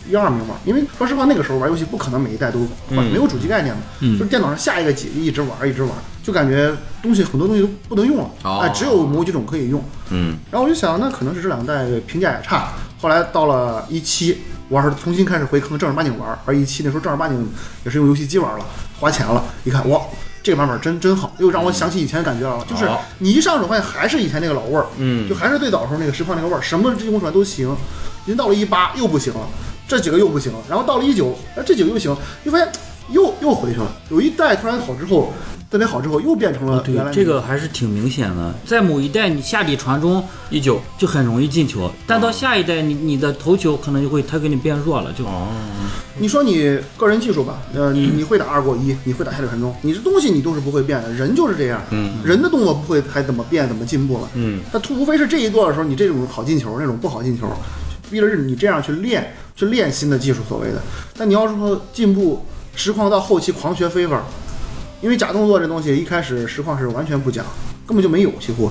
一二没玩，因为说实话那个时候玩游戏不可能每一代都换，没有主机概念嘛，就是电脑上下一个几一直玩一直玩，就感觉东西很多东西都不能用了，
哦
哎，只有某几种可以用。
嗯
然后我就想，那可能是这两代评价也差。后来到了一七，我还是重新开始回坑，正儿八经玩儿。而一七那时候正儿八经也是用游戏机玩了，花钱了。一看哇，这个版本真真好，又让我想起以前的感觉来了。就是
好
你一上手发现还是以前那个老味儿，
嗯
就还是最早时候那个实况那个味儿，什么进攻手段都行。已经到了一八又不行了，这几个又不行了，然后到了一九，哎这几个又行，就发现又又回去了。有一代突然好之后，特别好之后又变成了
哦对
原来，那
这个还是挺明显的，在某一代你下底传中
一九
就很容易进球，但到下一代你你的头球可能就会它给你变弱了，就
你说你个人技术吧，呃，你你会打二过一，你会打下底传中，你这东西你都是不会变的，人就是这样，
嗯
人的动作不会还怎么变怎么进步了，
嗯，
那突无非是这一段的时候，你这种好进球，那种不好进球，逼着你这样去练，去练新的技术所谓的。但你要是说进步，实况到后期狂学飞法，因为假动作这东西一开始实况是完全不讲，根本就没有几乎，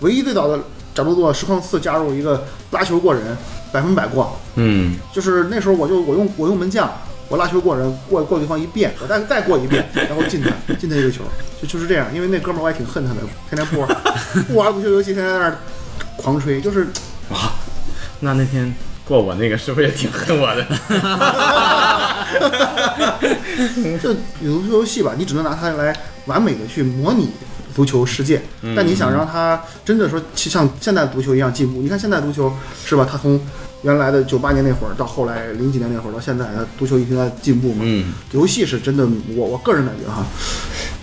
唯一最早的假动作实况四加入一个拉球过人，百分百过，
嗯
就是那时候我就我用我用门将，我拉球过人，过过对方一遍，我再再过一遍，然后进他进他一个球，就就是这样。因为那哥们儿我也挺恨他的，天天不玩不玩足球游戏，天天在那儿狂吹，就是
那那天过我那个是不是也挺恨我的？
就有足球游戏吧，你只能拿它来完美的去模拟足球世界，但你想让它真的说像现代足球一样进步，你看现代足球是吧？它从原来的九八年那会儿到后来零几年那会儿到现在，它足球一直在进步嘛。
嗯
游戏是真的，我我个人感觉哈，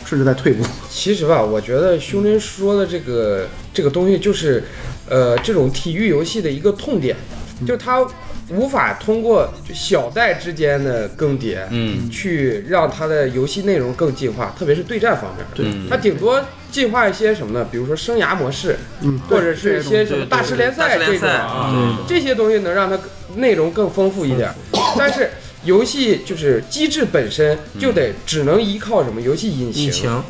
甚至在退步。
其实吧，我觉得胸针说的这个这个东西，就是，呃，这种体育游戏的一个痛点，
嗯
就是它无法通过就小代之间的更迭，
嗯，
去让它的游戏内容更进化，特别是对战方面。对，它顶多进化一些什么呢？比如说生涯模式，
嗯，
或者是一些什
对
么
对
大师联赛
大师
这
联
种
赛
啊
啊，
这些东西能让它内容更丰富一点。
嗯
但是游戏就是机制本身就得只能依靠什么游戏引
疫情，
啊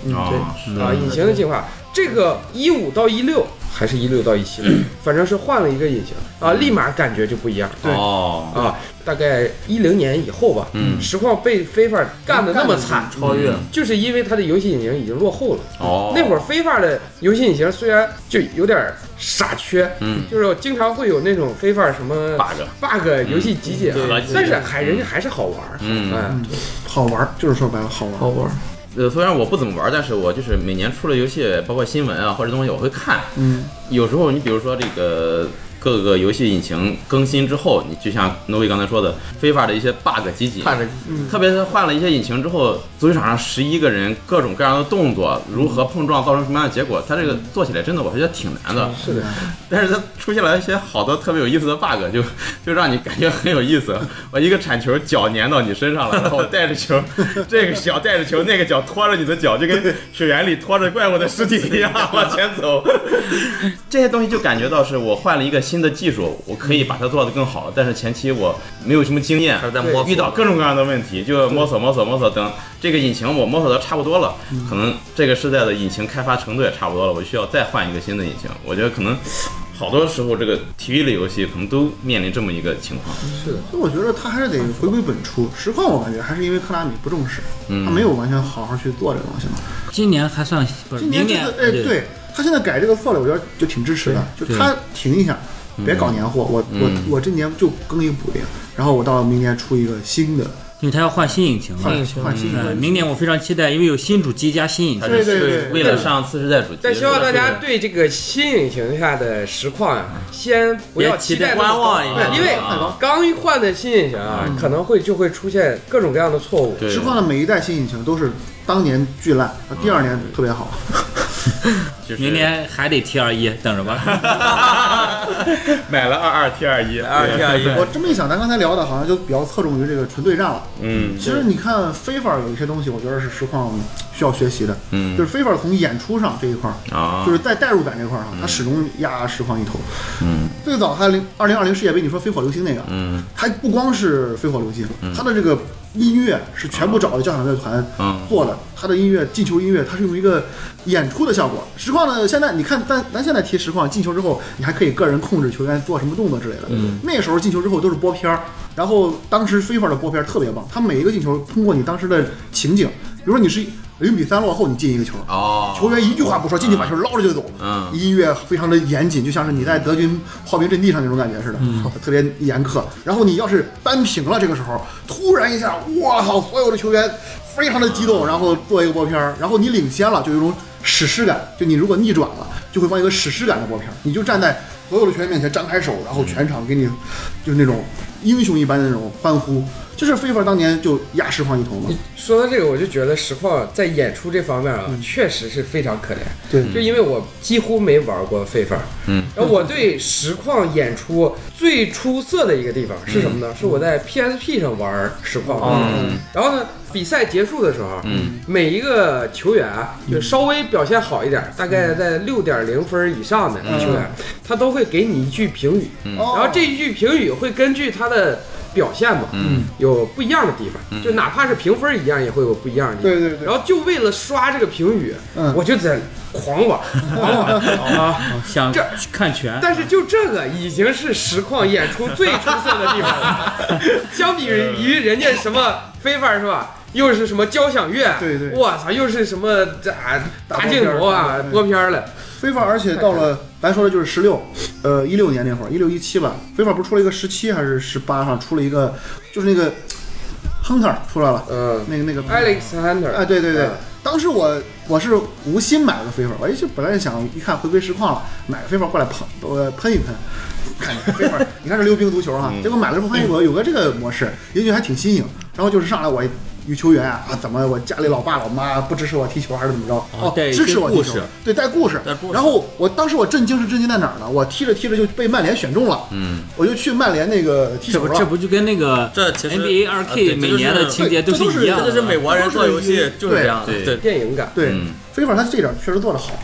是
啊，引擎的进化，这个一五到一六还是一六到 一七，反正是换了一个引擎啊，
嗯
立马感觉就不一样
哦
啊。大概一零年以后吧，
嗯
实况被非法干的那么惨，
超越
就是因为它的游戏引擎已经落后了。
哦，
那会儿非法的游戏引擎虽然就有点傻缺，
嗯
就是经常会有那种非法什么
bug 嗯
bug 游戏集锦
合
啊
集，
但是还人家还是好玩儿，
嗯
哎
好玩儿，就是说白了好玩
好
儿。
玩。
呃，虽然我不怎么玩，但是我就是每年出了游戏，包括新闻啊或者东西，我会看。
嗯，
有时候你比如说这个。各个游戏引擎更新之后，你就像诺维刚才说的，非法的一些 bug 集锦，
看着
特别是换了一些引擎之后，足球场上十一个人各种各样的动作，如何碰撞造成什么样的结果，它这个做起来真的我觉得挺难的。
是的，
但是它出现了一些好多特别有意思的 bug，就就让你感觉很有意思。我一个铲球脚粘到你身上了，然后带着球，这个脚带着球，那个脚拖着你的脚，就跟雪原里拖着怪物的尸体一样往前走。这些东西就感觉到是我换了一个新的技术，我可以把它做得更好了，但是前期我没有什么经验，
还是在摸索
遇到各种各样的问题，就摸索摸索摸索。等这个引擎我摸索的差不多了，可能这个时代的引擎开发程度也差不多了，我需要再换一个新的引擎。我觉得可能好多时候这个体育类游戏可能都面临这么一个情况。
是的，
所以我觉得他还是得回归本初。实况我感觉还是因为克拉米不重视，
嗯
他没有完全好好去做这个东西嘛。
今年还算不是
今
明
年这
年啊
个，哎，对他现在改这个策略，我觉得就挺支持的，就
对嗯
他停一下，别搞年货，我我我这年就更一个补丁，然后我到明年出一个新的
因为它要换新引擎
换
了。
换新
嗯，
的。
明年我非常期待，因为有新主机加新引
哎
擎。
对对对，
为了上次世代主机，
但希望大家对这个新引擎下的实况啊，先不要
别期
期
待
待那么
观望一
高
下
对因为
啊
刚一换的新引擎啊，可能会就会出现各种各样的错误。
对
实况的每一代新引擎都是当年巨烂，第二
嗯
年特别好。
就是
明年还得 T 二一，等着吧。
买了二二 T 二一
二天而已。
我这么一想，咱刚才聊的好像就比较侧重于这个纯对战了。
嗯
其实你看非法有一些东西，我觉得是实况需要学习的，
嗯
就是非法从演出上这一块儿，
啊
就是在代入感这块儿上，他始终压实况一头。
嗯
最早他零二零二零世界杯，你说飞火流星那个，
嗯
它不光是飞火流星，它的这个音乐是全部找的交响乐团
嗯
做的，它的音乐进球音乐，它是用一个演出的效果。实况呢，现在你看，咱咱现在踢实况进球之后，你还可以个人控制球员做什么动作之类的。
嗯
那时候进球之后都是播片儿，然后当时 FIFA 的播片儿特别棒，它每一个进球通过你当时的情景，比如说你是零比三落后，你进一个球，
哦，
球员一句话不说，进去把球捞着就走。
嗯
音乐非常的严谨，就像是你在德军炮兵阵地上那种感觉似的，
嗯
特别严苛。然后你要是扳平了，这个时候突然一下，我操，所有的球员非常的激动，然后做一个播片儿，然后你领先了，就有一种史诗感。就你如果逆转了，就会放一个史诗感的播片儿，你就站在所有的球员面前张开手，然后全场给你就是那种英雄一般的那种欢呼。就是菲法当年就压实况一头嘛，
说到这个，我就觉得实况在演出这方面啊，确实是非常可怜。
对
就因为我几乎没玩过非法，
嗯，
然后我对实况演出最出色的一个地方是什么呢？是我在 PSP 上玩实况，
嗯
然后呢，比赛结束的时候，啊
嗯，
每一个球员啊，就稍微表现好一点，大概在六点零分以上的球员，
嗯
他都会给你一句评语，然
然
后这一句评语会根据他的表现嘛，
嗯，
有不一样的地方，就哪怕是评分一样，也会有不一样的地方。
对对对
然后就为了刷这个评语，
嗯
我就在 狂玩，狂玩。
啊，想
这
看全。
但是就这个已经是实况演出最出色的地方了， 相比于人家什么非法是吧？又是什么交响乐？
对对
我操，又是什么这啊
大
大镜头啊，播
播
片儿了。
非法，而且到了咱说的就是十六，呃，一六年那会儿，一六一七吧，非法不是出了一个十七还是十八上出了一个，就是那个 Hunter 出来了，
嗯
那个那个
，Alex Hunter，
哎，对对对
啊
嗯，
当时我我是无心买个飞法，我就本来想一看回归实况了，买个飞法过来喷呃喷一喷。看你飞法， 你看这溜冰足球哈，
嗯
结果买了之后发现有有个这个模式，也许还挺新颖。然后就是上来我与球员啊，啊怎么我家里老爸老妈不支持我踢球还是怎么着？哦，
啊带一些
支持我踢
故
球
事，
对，带故事。然后我当时我震惊是震惊在哪儿呢？我踢着踢着就被曼联选中了，嗯，我就去曼联那个踢
这
球
不
了。
这不就跟那个
这其实
NBA 二
啊对
K 每年的情节
这
都
就是
是一样
这
的，
就是美国人做游戏就是这样的，
对
对，
电影感。
对，
嗯
非法他这点确实做得好。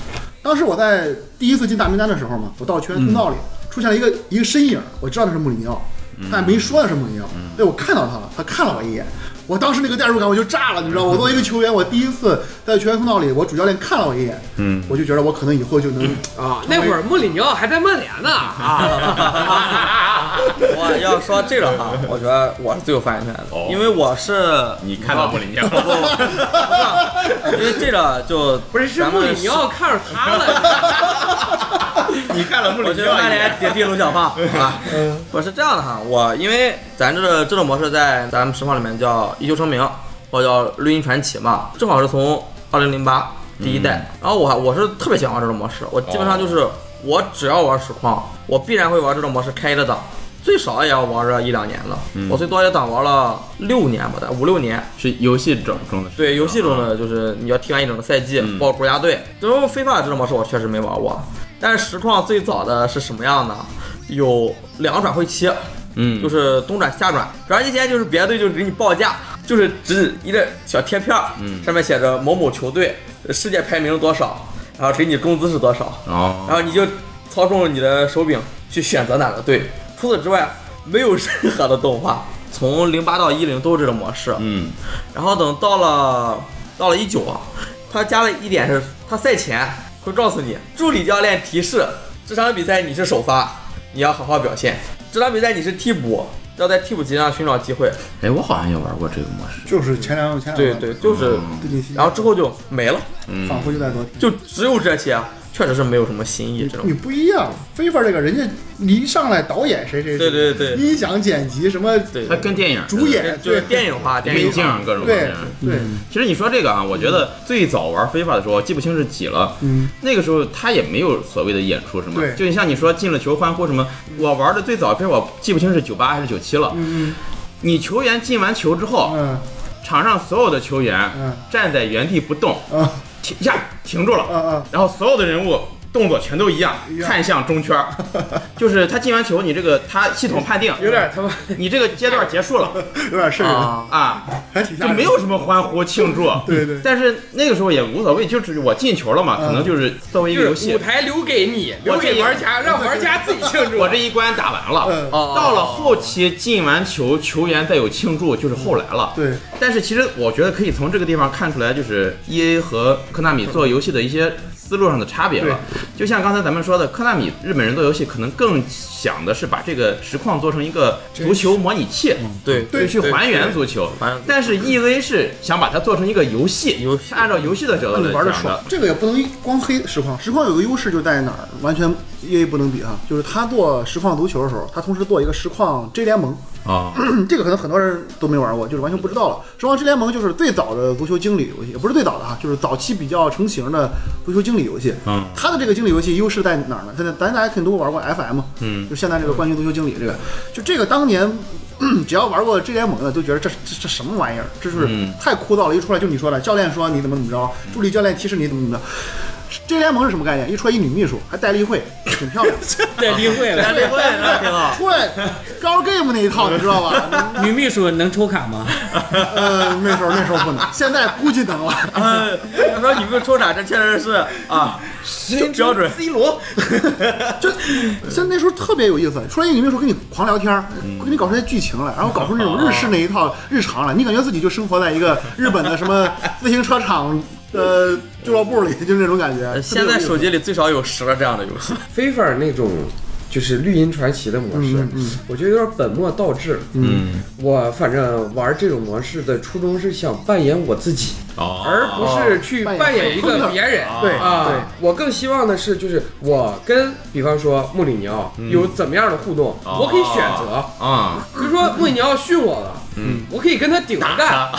当时我在第一次进大名单的时候嘛，我到球员通道里、
嗯
出现了一个一个身影，我知道那是穆里尼奥，但没说那是穆里尼奥。
嗯
对，我看到他了，他看了我一眼，我当时那个代入感我就炸了，你知道吗？我作为一个球员，我第一次在球员通道里，我主教练看了我一眼，嗯，我就觉得我可能以后就能
嗯
啊，那会儿穆里尼奥还在曼 联呢啊！
我要说这个哈，我觉得我是最有发言权的
哦，
因为我是
你看到不里尼奥
不，因为这个就
不是，是
咱
穆
们
里尼 奥看上他了，
你看了穆
我
里
觉
尼
得
奥
曼
一
联
眼，
叠地龙讲话 啊，我是这样的哈，我因为咱这个这种模式在咱们实况里面叫一球成名，或者叫绿茵传奇嘛，正好是从二零零八第一代。然后我还我是特别喜欢玩这种模式，我基本上就是我只要玩实况，我必然会玩这种模式，开一个档，最少也要玩这一两年了。我最多一个档玩了六年吧，五六年。
是游戏中中的事
对游戏中的，就是你要踢完一整个赛季，
嗯
包括国家队。然后非法这种模式我确实没玩过，但是实况最早的是什么样的？有两个转会期，
嗯，
就是东转下转，转会期间就是别的队就给你报价，就是只一个小贴片儿，
嗯
上面写着某某球队世界排名多少，然后给你工资是多少，
哦，
然后你就操纵你的手柄去选择哪个队。除此之外，没有任何的动画。从零八到一零都是这种模式，
嗯
然后等到了到了一九啊，他加了一点是，他赛前会告诉你，助理教练提示这场比赛你是首发，你要好好表现；这场比赛你是替补，要在替补席上寻找机会。
哎，我好像也玩过这个模式，
就是前两前两
对对，就是，
最近期，
然后之后就没了，
嗯，
仿佛就在昨天。
就只有这些，啊确实是没有什么新意这种
你。不一样，非法这个人家你一上来导演谁谁谁，
对对对对
音响剪辑什么
对
它
对，
跟电影
主演，
就是
对
电影嗯化，电
运
影
镜
化。
各种
对对，
其实你说这个啊，我觉得最早玩非法的时候，记不清是几了。
嗯，
那个时候他也没有所谓的演出什么，
对
就你像你说进了球欢呼什么，我玩的最早，非法我记不清是九八还是九七了。
嗯
你球员进完球之后，
嗯
场上所有的球员
嗯
站在原地不动，
嗯
停一下停住了，
嗯嗯，
然后所有的人物动作全都一样
一，样
看向中圈儿， 就是他进完球，你这个他系统判定
有点他妈
你这个阶段结束了
有点事儿，
啊，
啊，
还挺吓
就
人。
没有什么欢呼庆祝。
对对嗯
但是那个时候也无所谓，就是我进球了嘛，可能就是作为一个游
就是
戏
舞，台留给你，
我
留
这
给
一
玩 家，让玩家自己庆祝。
我 这一关打完了。
嗯，
哦
到了后期进完球，球员再有庆祝，就是后来了。
对，
但是其实我觉得可以从这个地方看出来，就是 E A 和科纳米做游戏的一些思路上的差别了。就像刚才咱们说的，科纳米日本人做游戏可能更想的是把这个实况做成一个足球模拟器，
嗯对
就去还原足球
还原。
但是 E A 是想把它做成一个游戏，
游戏
按照游戏的角度
让你
来
玩的
讲
爽
的。。
这个也不能光黑实况，实况有个优势就在于哪儿，完全 EA 不能比哈，就是他做实况足球的时候，他同时做一个实况 J 联盟，
啊，
这个可能很多人都没玩过，就是完全不知道了。《守望之联盟》就是最早的足球经理游戏，也不是最早的啊，就是早期比较成型的足球经理游戏。
嗯
它的这个经理游戏优势在哪儿呢？现在咱大家肯定都玩过 FM，
嗯
就现在这个冠军足球经理这个，就这个当年。 咳只要玩过 J 联盟的，都觉得这这这什么玩意儿，这是
嗯
太枯燥了。一出来就你说的，教练说你怎么怎么着，助理教练提示你怎么怎么着。J 联盟是什么概念？一出来一女秘书，还戴例会，挺漂亮。
在例会了，
对对挺好。
出来高 game 那一套，你知道吧？
女秘书能抽卡吗？
呃，那时候那时候不能， 哎现在估计能了。
嗯，他说你们抽啥？这确实是啊，标准
C 罗，
就像那时候特别有意思，出来一个女秘书跟你狂聊天儿，跟你搞出些剧情来，然后搞出那种日式那一套日常来，你感觉自己就生活在一个日本的什么呃自行车厂的俱乐部里，就是那种感
呃
觉。
现在手机里最少有十个这样的游戏。
非法那种就是绿茵传奇的模式，
嗯嗯
我觉得有点本末倒置。
嗯，
我反正玩这种模式的初衷是想扮演我自己，
哦，
而不是去扮演一个别人。
对
啊，我更希望的是，就是我跟，比方说穆里尼奥
嗯
有怎么样的互动，
哦
我可以选择。
啊，
比如说穆里尼奥训我了，嗯，我可以跟他顶着干，啊，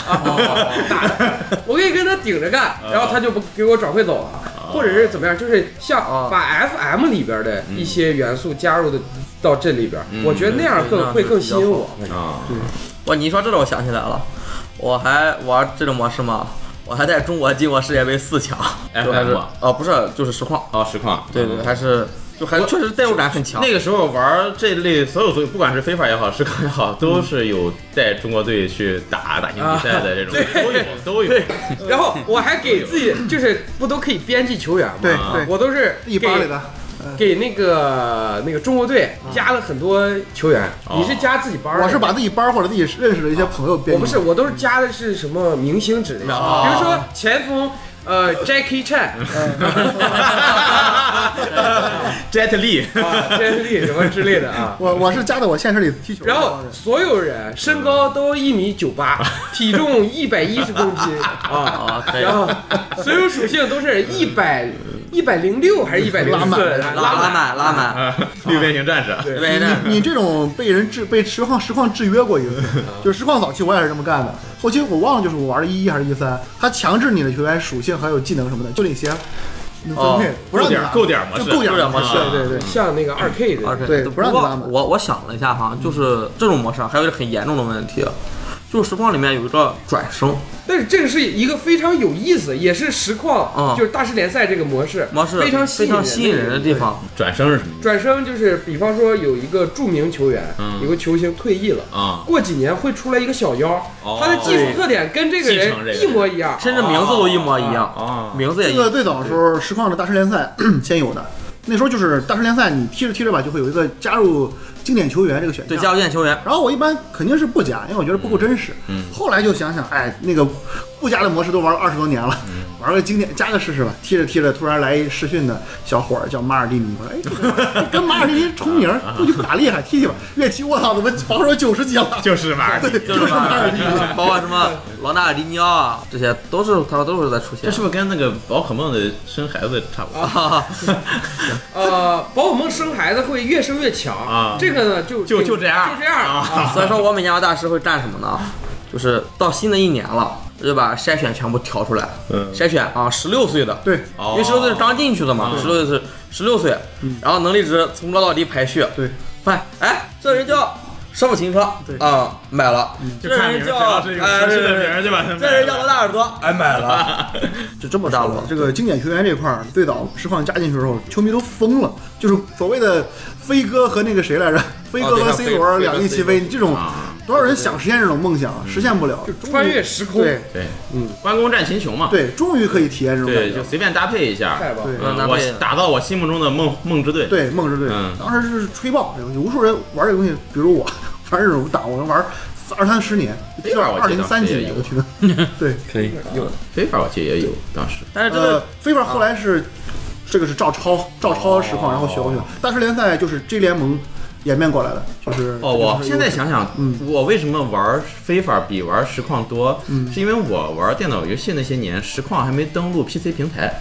打他， 我可以跟他顶着干，
嗯
然后他就不给我转会走了，或者是怎么样，就是
嗯
像把 FM 里边的一些元素加入的到这里边，
嗯
我觉得那样更会更吸引我。
啊，
哇，你一说这个，我想起来了，我还玩这种模式吗？我还在中国进过世界杯四强，
FM
就还是
啊
哦，不是，就是实况，
哦，实况，
对对，还是就还确实代入感很强。
那个时候玩这类所有足球，不管是非法也好，实况也好，都是有带中国队去打打进比赛的这种，都有都 有。
然后我还给自己就是不都可以编辑球员吗？
对
啊
对，
我都是
一
给
帮里的，
给那个那个中国队加了很多球员，
哦
你是加自己班儿
嗯
的？
我是把自己班儿或者自己认识的一些朋友编
我
进去。
不是，我都是加的是什么明星之类的，
哦
比如说前锋。呃，Jackie Chan，
Jet Li，
啊， 真力什么之类的啊。
我我是加的我现实里踢球的。
然后所有人身高都一米九 八，体重一百一十公斤啊，
啊，可以
然后所有属性都是一百一百零六还是一百零
拉
四
满？
拉拉满拉满，
啊，绿边形战士，
对
对的。
你这种被人制被实况实况制约过一次， 就是实况早期我也是这么干的，后期我忘了就是我玩的一一还是一三，他强制你的球员属性还有技能什么的，就那些能分配，不让
够
你
点
拿
够点模
就
式，
够点儿模式，
啊
对对对，
像那个二 K 的
而且
对不让你拉满
我我想了一下哈，就是这种模式啊还有一个很严重的问题，啊就是实况里面有一个转生
但是这个是一个非常有意思，也是实况，
嗯
就是大师联赛这个模式
模式，
非常
非常吸引人的地
方。
方。
转生是什么意思
转生就是，比方说有一个著名球员，
嗯
有个球星退役了，
啊？
过几年会出来一个小妖，
哦
他的技术特点跟这个
继承这
人
个
一模一样。
甚至名字都一模一样，
哦
名字也
这
一样
个。最早的时候，实况的大师联赛 先有的，那时候就是大师联赛，你踢着踢着吧，就会有一个加入经典球员这个选
对，
项。
加入进球员，
然后我一般肯定是不加，因为我觉得不够真实。
嗯
后来就想想，哎，那个不加的模式都玩了二十多年了，玩个经典加个试试吧。踢着踢着，突然来一试训的小伙儿叫马尔蒂尼，我说哎这个，跟马尔蒂尼重名儿，估计不咋厉害，踢踢吧。越踢我操，怎么防守九十几了？
就是玩儿，
对，
就
是
是
马尔蒂尼。
嗯
包括什么罗纳尔迪尼奥啊，这些都是他都是在出
这
现。
是不是跟那个宝可梦的生孩子差不多？
啊，
呃，宝可梦生孩子会越生越强
啊
这个呢就
就就这样
就这样啊。
所以说我每年玩大师会干什么呢？就是到新的一年了，我就把筛选全部调出来，
嗯，
筛选啊，十六岁的，
对
哦
因为十六岁是刚进去的嘛，十六岁是十六岁，
嗯
然后能力值从高到低排序，
对，
发现哎，这人叫舍甫琴科，
对
啊，买了，
嗯就
这
看名
人
儿，
叫
知道是一个
哎
合适的
对对
名儿就把它买了。
这人叫罗纳尔多，哎，买了。
就这么
大
说
陆
吧，这个经典球员这块儿，最早实况加进去的时候，球迷都疯了，就是所谓的飞哥和那个谁来着，飞哥
对
和
像
C
飞
罗
飞哥
两翼
C
齐
罗
飞，这种
啊，
多少人想实现这种梦想，实现不了，
就穿越时空，
对
对，
嗯，
关公战秦琼嘛，
对，终于可以体验这种感
对，就
觉。
随便搭配一下，
太棒了！
对
嗯
搭配
我打造我心目中的梦梦之队，
对，梦之队
嗯，
当时是吹爆，有无数人玩这个东西，比如我 玩这种档，我能玩二三十年，
这段我
二
记得
零三几
也
年
有
我觉得， 对，
可以，
有
非法我记得也有，当时
但是这
呃
个，啊
非法后来是这个是照抄照抄实
哦
况，然后学过去的。大师联赛就是 G 联盟演变过来的，就是
哦，我现在想想，
嗯
我为什么玩非法比玩实况多，是因为我玩电脑游戏那些年，实况还没登陆 PC 平台，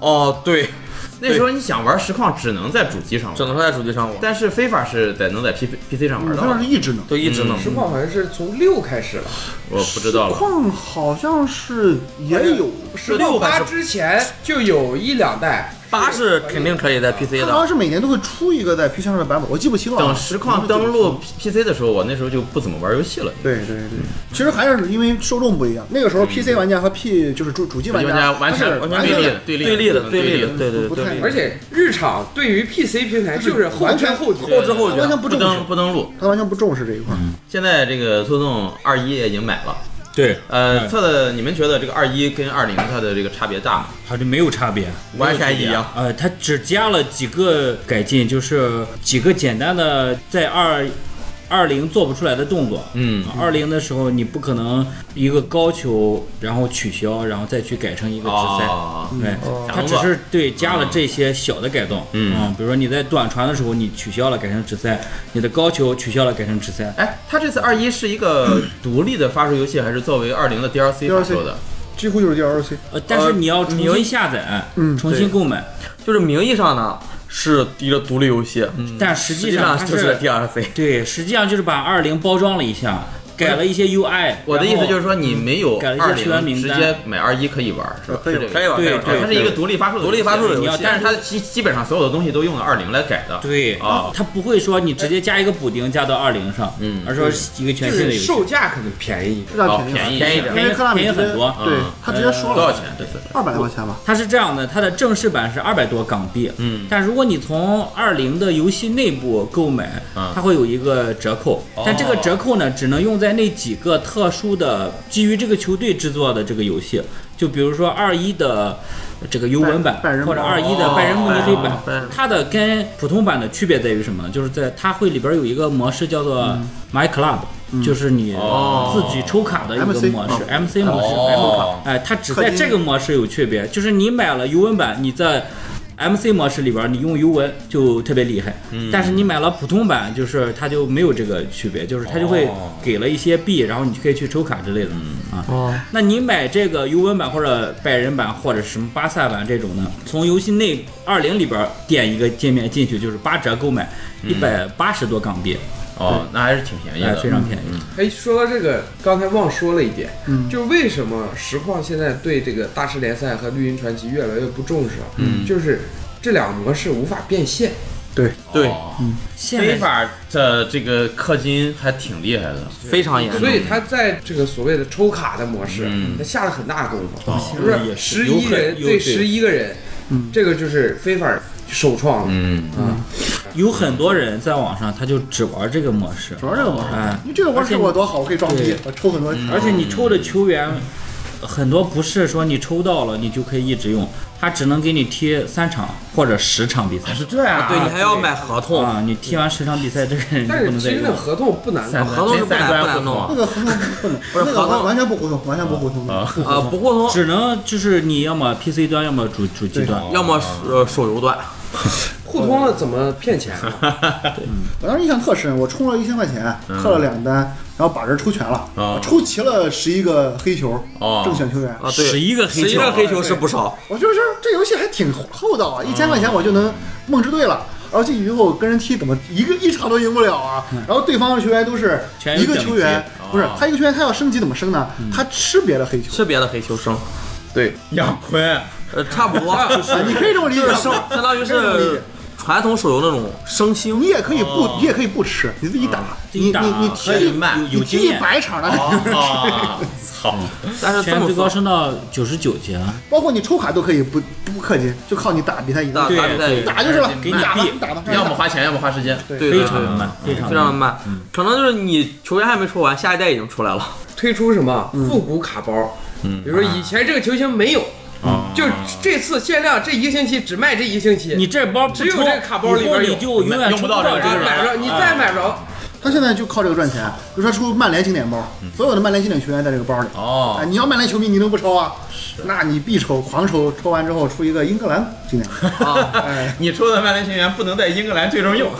哦，对，
那时候你想玩实况只能在主机上
只
玩，
能说在主机上玩，
但是非法是在能在 P PC 上玩
非
到
法是
的，
一职能，
就一直能。
实况好像是从六开始了，
我不知道
实
了。
况好像是
哎
也有，
实
六
况
还
八
是
之前就有一两代，
八是肯定可以在 PC
它好
的，
像是每年都会出一个在 PC 上的版本，我记不清了啊。
等实况登陆 PC 的时候，我那时候就不怎么玩游戏了。
对对对，其实还是因为受众不一样。那个时候 PC 玩家和 P 就是主主机
主
玩
机玩家
家
完全
他是
完全
全
立
的
的，对立
对立的，对
对
立
立
的，对对
不
对
太
嗯
立的。
而且日场对于 PC 平台就是后
完
知
全
后觉，
后知后
完
觉，
全
不
不重视
登，不登录。
他完全不重视这一块。
现在这个拖动二一也已经买了，
对，
呃，
嗯
测的你们觉得这个二一跟二零它的这个差别大吗？
好像没有差别，
完全一样。
呃，它只加了几个改进，就是几个简单的在二二零做不出来的动作。
嗯，
二零的时候，你不可能一个高球，然后取消，然后再去改成一个直塞。
哦，
对，
假
嗯它
动
只
作
是对加了这些小的改动，
嗯
比如说你在短传的时候你取消了改成直塞，你的高球取消了改成直塞，
哎，它这次二一是一个独立的发售游戏，还是作为二零的 DLC 发售的？
几乎就是 DLC。
呃，但是你要重
你
新下载，
嗯
重新购买，
就是名义上呢是一个独立游戏，
但实
实
际
际
上
上
它
就是 DLC。
对，实际上就是把二零包装了一下，改了一些 UI。
我的意思就是
是，
说，你没有
改
二
了一些球员
零，
名
直
单
接买二一可以玩，是吧？
可以
是这个
呃可以玩，可以玩
对
哦它是一个独立发售的游戏，
独立发售的游戏
你要
但是它基基本上所有的东西都用了二零来改的。
对
啊，
它不会说你直接加一个补丁加到二零上，
嗯
而说一个全
就
新的
是
游戏
售。价可能便宜一点。
质量
哦
便，宜
便
了，
宜
便宜
点
点
因为克拉米
便宜很多
对
嗯
他直接说
多少
了
钱这次？
二百来块钱吧，
它是这样的，它的正式版是二百多港币，
嗯
但如果你从二零的游戏内部购买，
嗯
它会有一个折扣，
哦
但这个折扣呢，只能用在那几个特殊的基于这个球队制作的这个游戏，就比如说二一的这个尤文版
拜拜仁
或者
版
二一的拜仁慕尼黑版
哦拜仁，
它的跟普通版的区别在于什么呢？就是在它会里边有一个模式叫做 My Club。就是
嗯
你
哦
自己抽卡的一个模式
MC
，MC 模式
哦
，M 卡，哎，它只
氪
在
金
这个模式有区别，就是你买了尤文版，你在 MC 模式里边，你用尤文就特别厉害，但是你买了普通版，就是它就没有这个区别，就是它就会
哦
给了一些币，然后你就可以去抽卡之类的啊。那你买这个尤文版或者拜仁版或者什么巴萨版这种呢？从游戏内二零里边点一个界面进去，就是八折购买，一百八十多港币，
哦，那还是挺便宜
哎，
的，
非常便宜。
哎，说到这个，刚才忘说了一点，
嗯
就是为什么实况现在对这个大师联赛和绿茵传奇越来越不重视了？嗯，就是这两个模式无法变现。
对
哦
现
非
在
法的这个氪金还挺厉害的，
非常严重
所。以他在这个所谓的抽卡的模式，
嗯
他下了很大的功夫，
哦
不
也
是
是
十
有
一
可
人
有嗯
对
对
十一个人，这个就是非法首创的。
嗯，
有很多人在网上他就只玩这个模式，
主要这个模式
哎，
因为这个模式我多好，我可以装逼
对，
我抽很多。
而且你抽的球员很多不是说你抽到了你就可以一直用，他只能给你踢三场或者十场比赛。
是这样啊
对你还要买合同，
啊，你踢完十场比赛，这个人就
但
不
是
能再
其实
用
那
了。
合同不
嗯
难搞，
合同是不难不难弄
那
啊
个合同不能，那个
合同
完完全不互通，完全不互通的。
啊
啊，不互通，
只能就是你要么 PC 端，要么主主机端。
要么是呃手游端。
互通了怎么骗钱啊？
我当时印象特深，我充了一千块钱，氪了两单，然后把人抽全了，
啊
我抽齐了十一个黑球，
哦
正选球员。
啊，对，
十一个黑球
十一个黑球是不少，
我就是这游戏还挺厚道啊，一千块钱我就能梦之队了。然后进去以后跟人踢，怎么一个一场都赢不了啊？然后对方的球员都是
全有
一个
等级
球员，不是
哦
他一个球员，他要升级怎么升呢？他吃别的黑球
是别的黑球生，
杨坤，
呃，差不多，就是
啊，你可以这么理解
就，是生，相当于
可以这么理
是
解
传统手游那种生星
你。也可以不，你也可以不吃，你自己打，
自
你
己打
你你
可以
踢
慢
有
你
有
踢
经
一
验，
百场了，
哦，操，
但是这
全
么
最高
说，
升到九十九级啊！
包括你抽卡都可以不不氪金，就靠你打比赛赢。
打
对
打比赛
对
打就是了，
给你
打吧，
币
你打吧，
要么花钱，要么花时间，
对
对
非
对
常
对
慢，非常
非常慢，可能就是你球员还没抽完，下一代已经出来了。
推出什么复古卡包，比如说以前这个球星没有，就这次限量，这一个星期只卖这一个星期，
你这包不
只有
抽
这卡包
以
里
后
边有
你就永远
用
抽
不到
到
这
这
个
啊
人
买不着，你再买不着，
他现在就靠这个赚钱，比如说出曼联经典包，所有的曼联经典球员在这个包里。
哦
啊，，你要曼联球迷，你能不抽啊？那你必抽，狂抽，抽完之后出一个英格兰经典包，
你抽的曼联球员不能在英格兰最终用，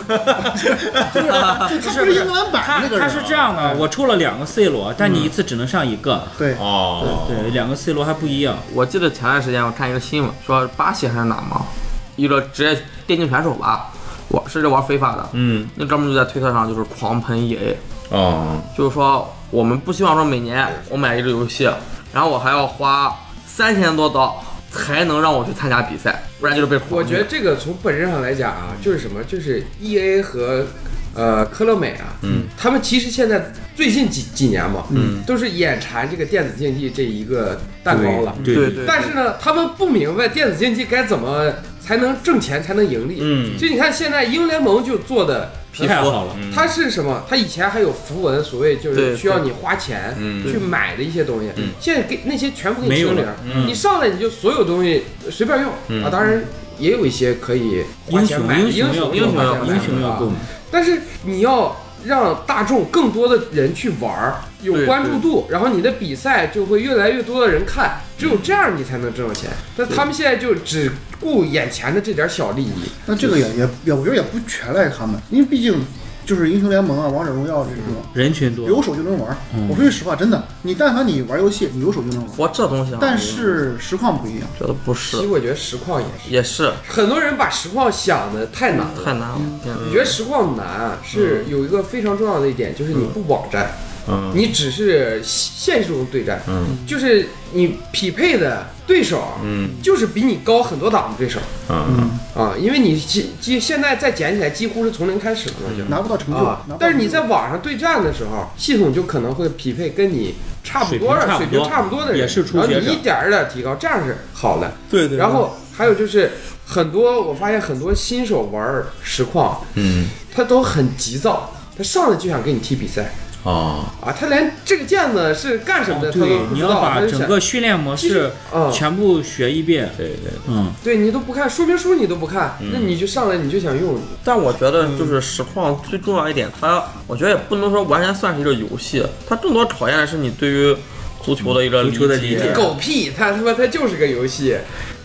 他不是英格兰版
他
那个人
他
啊，
是这样的，我抽了两个 C 罗，但你一次只能上一个。
对，
哦，
对，两个 C 罗还不一样。
我记得前段时间我看一个新闻，说巴西还是哪嘛，一个职业电竞选手吧，我是这玩非法的，
嗯，
啊那哥们就在推特上就是狂喷 EA，
哦，
就是说我们不希望说每年我买一个游戏，然后我还要花三千多刀才能让我去参加比赛，不然就是被
我
狂
觉
虐
得这个从本质上来讲啊，就是什么，就是 E A 和呃科乐美啊，嗯，他们其实现在最近几几年嘛，嗯，都是眼馋这个电子竞技这一个蛋糕了，
对对对，
但是呢，他们不明白电子竞技该怎么才能挣钱，才能盈利，
嗯
所以你看现在英联盟就做的。
皮
太
肤
好了，
它是什么？它以前还有符文，所谓就是
对
需要你花钱
嗯
去买的一些东西，现在给那些全部给
嗯
你
没有
清零
了，嗯
你上来你就所有东西随便用、啊。当然也有一些可以花
英
钱
雄
买
英
的，英
雄要
雄
购
花
买
钱买
英雄
的
要
啊
购买。
但是你要让大众更多的人去玩儿，有
对
关注度，然后你的比赛就会越来越多的人看，只有这样你才能挣到钱。但他们现在就只顾眼前的这点小利益，
那这个也也也，我觉得也不全赖他们，因为毕竟就是英雄联盟啊、王者荣耀这种，
人群多，
有手就能玩。我说句实话，真的，你但凡你玩游戏，你有手就能玩。
我这东西啊，
但是实况不一样，
我觉得不
其实
是，
我觉得实况也是，
也是
很多人把实况想的太难了
太。难了。
嗯
天哪
嗯
我觉得实况难啊，是有一个非常重要的一点，就是你不网战，
嗯，
你只是现实中对战，
嗯
就是你匹配的对手，啊
嗯，
就是比你高很多档的对手
嗯，
啊，因为你几几现在再捡起来几乎是从零开始了
嗯
嘛，就
拿不到成就。
啊
拿不到成就，
但是你在网上对战的时候，系统就可能会匹配跟你差不多的
水
水
平
平
差
差
不
不
多
多的人，
也是初
然后
学者
你一点儿一点儿提高，这样是好的。
对对
然后还有就是很多，我发现很多新手玩实况，
嗯，
他都很急躁，他上来就想跟你踢比赛
哦，
啊，他连这个键子是干什么的、他
哦对
都，不
你
知
要
道，他
把
就
整
想
个训练模
其实
式
啊，
全部学一遍。
对对，
嗯，
对你都不看说明书，你都不看，那你就上来你就想用，
但我觉得就是实况最重要一点，它我觉得也不能说完全算是一个游戏，它更多考验的是你对于足球的一个
足球的理
解
解。
狗屁，他他妈他就是个游戏，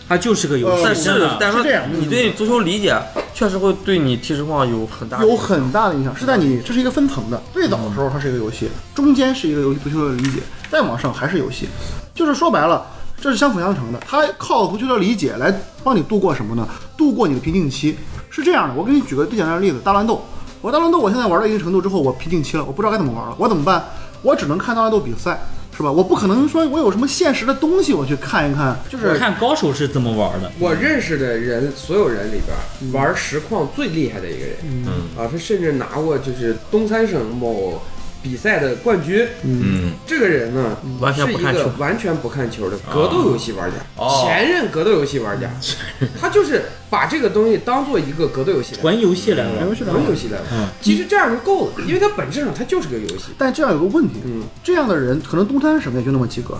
它就是个游戏。
呃
但
真
是
的，
但
是这样嗯
你对足球理解确实会对你踢实况有很大的
有很大的影响，是在你这是一个分层的。最早的时候它是一个游戏，中间是一个游戏足球的理解，再往上还是游戏，就是说白了，这是相辅相成的。它靠足球的理解来帮你度过什么呢？度过你的瓶颈期。是这样的，我给你举个最简单的例子，大乱斗。我大乱斗，我现在玩到一定程度之后，我瓶颈期了，我不知道该怎么玩了，我怎么办？我只能看大乱斗比赛，是吧？我不可能说我有什么现实的东西我去看一看，就
我
是
看高手是怎么玩的，
我认识的人，所有人里边儿玩实况最厉害的一个人，啊，他甚至拿过就是东三省某比赛的冠军。
嗯，
这个人呢，
完全
是
不
一
看球啊
个完全不看球的格斗游戏玩家，
哦嗯
前任格斗游戏玩家，他就是把这个东西当做一个格斗游戏来玩，
纯游戏来
嗯
玩。
纯游戏来
嗯
玩。其实这样就够了，因为它本质上它就是个游戏。
但这样有个问题，
嗯
这样的人可能东三省也就那么几个，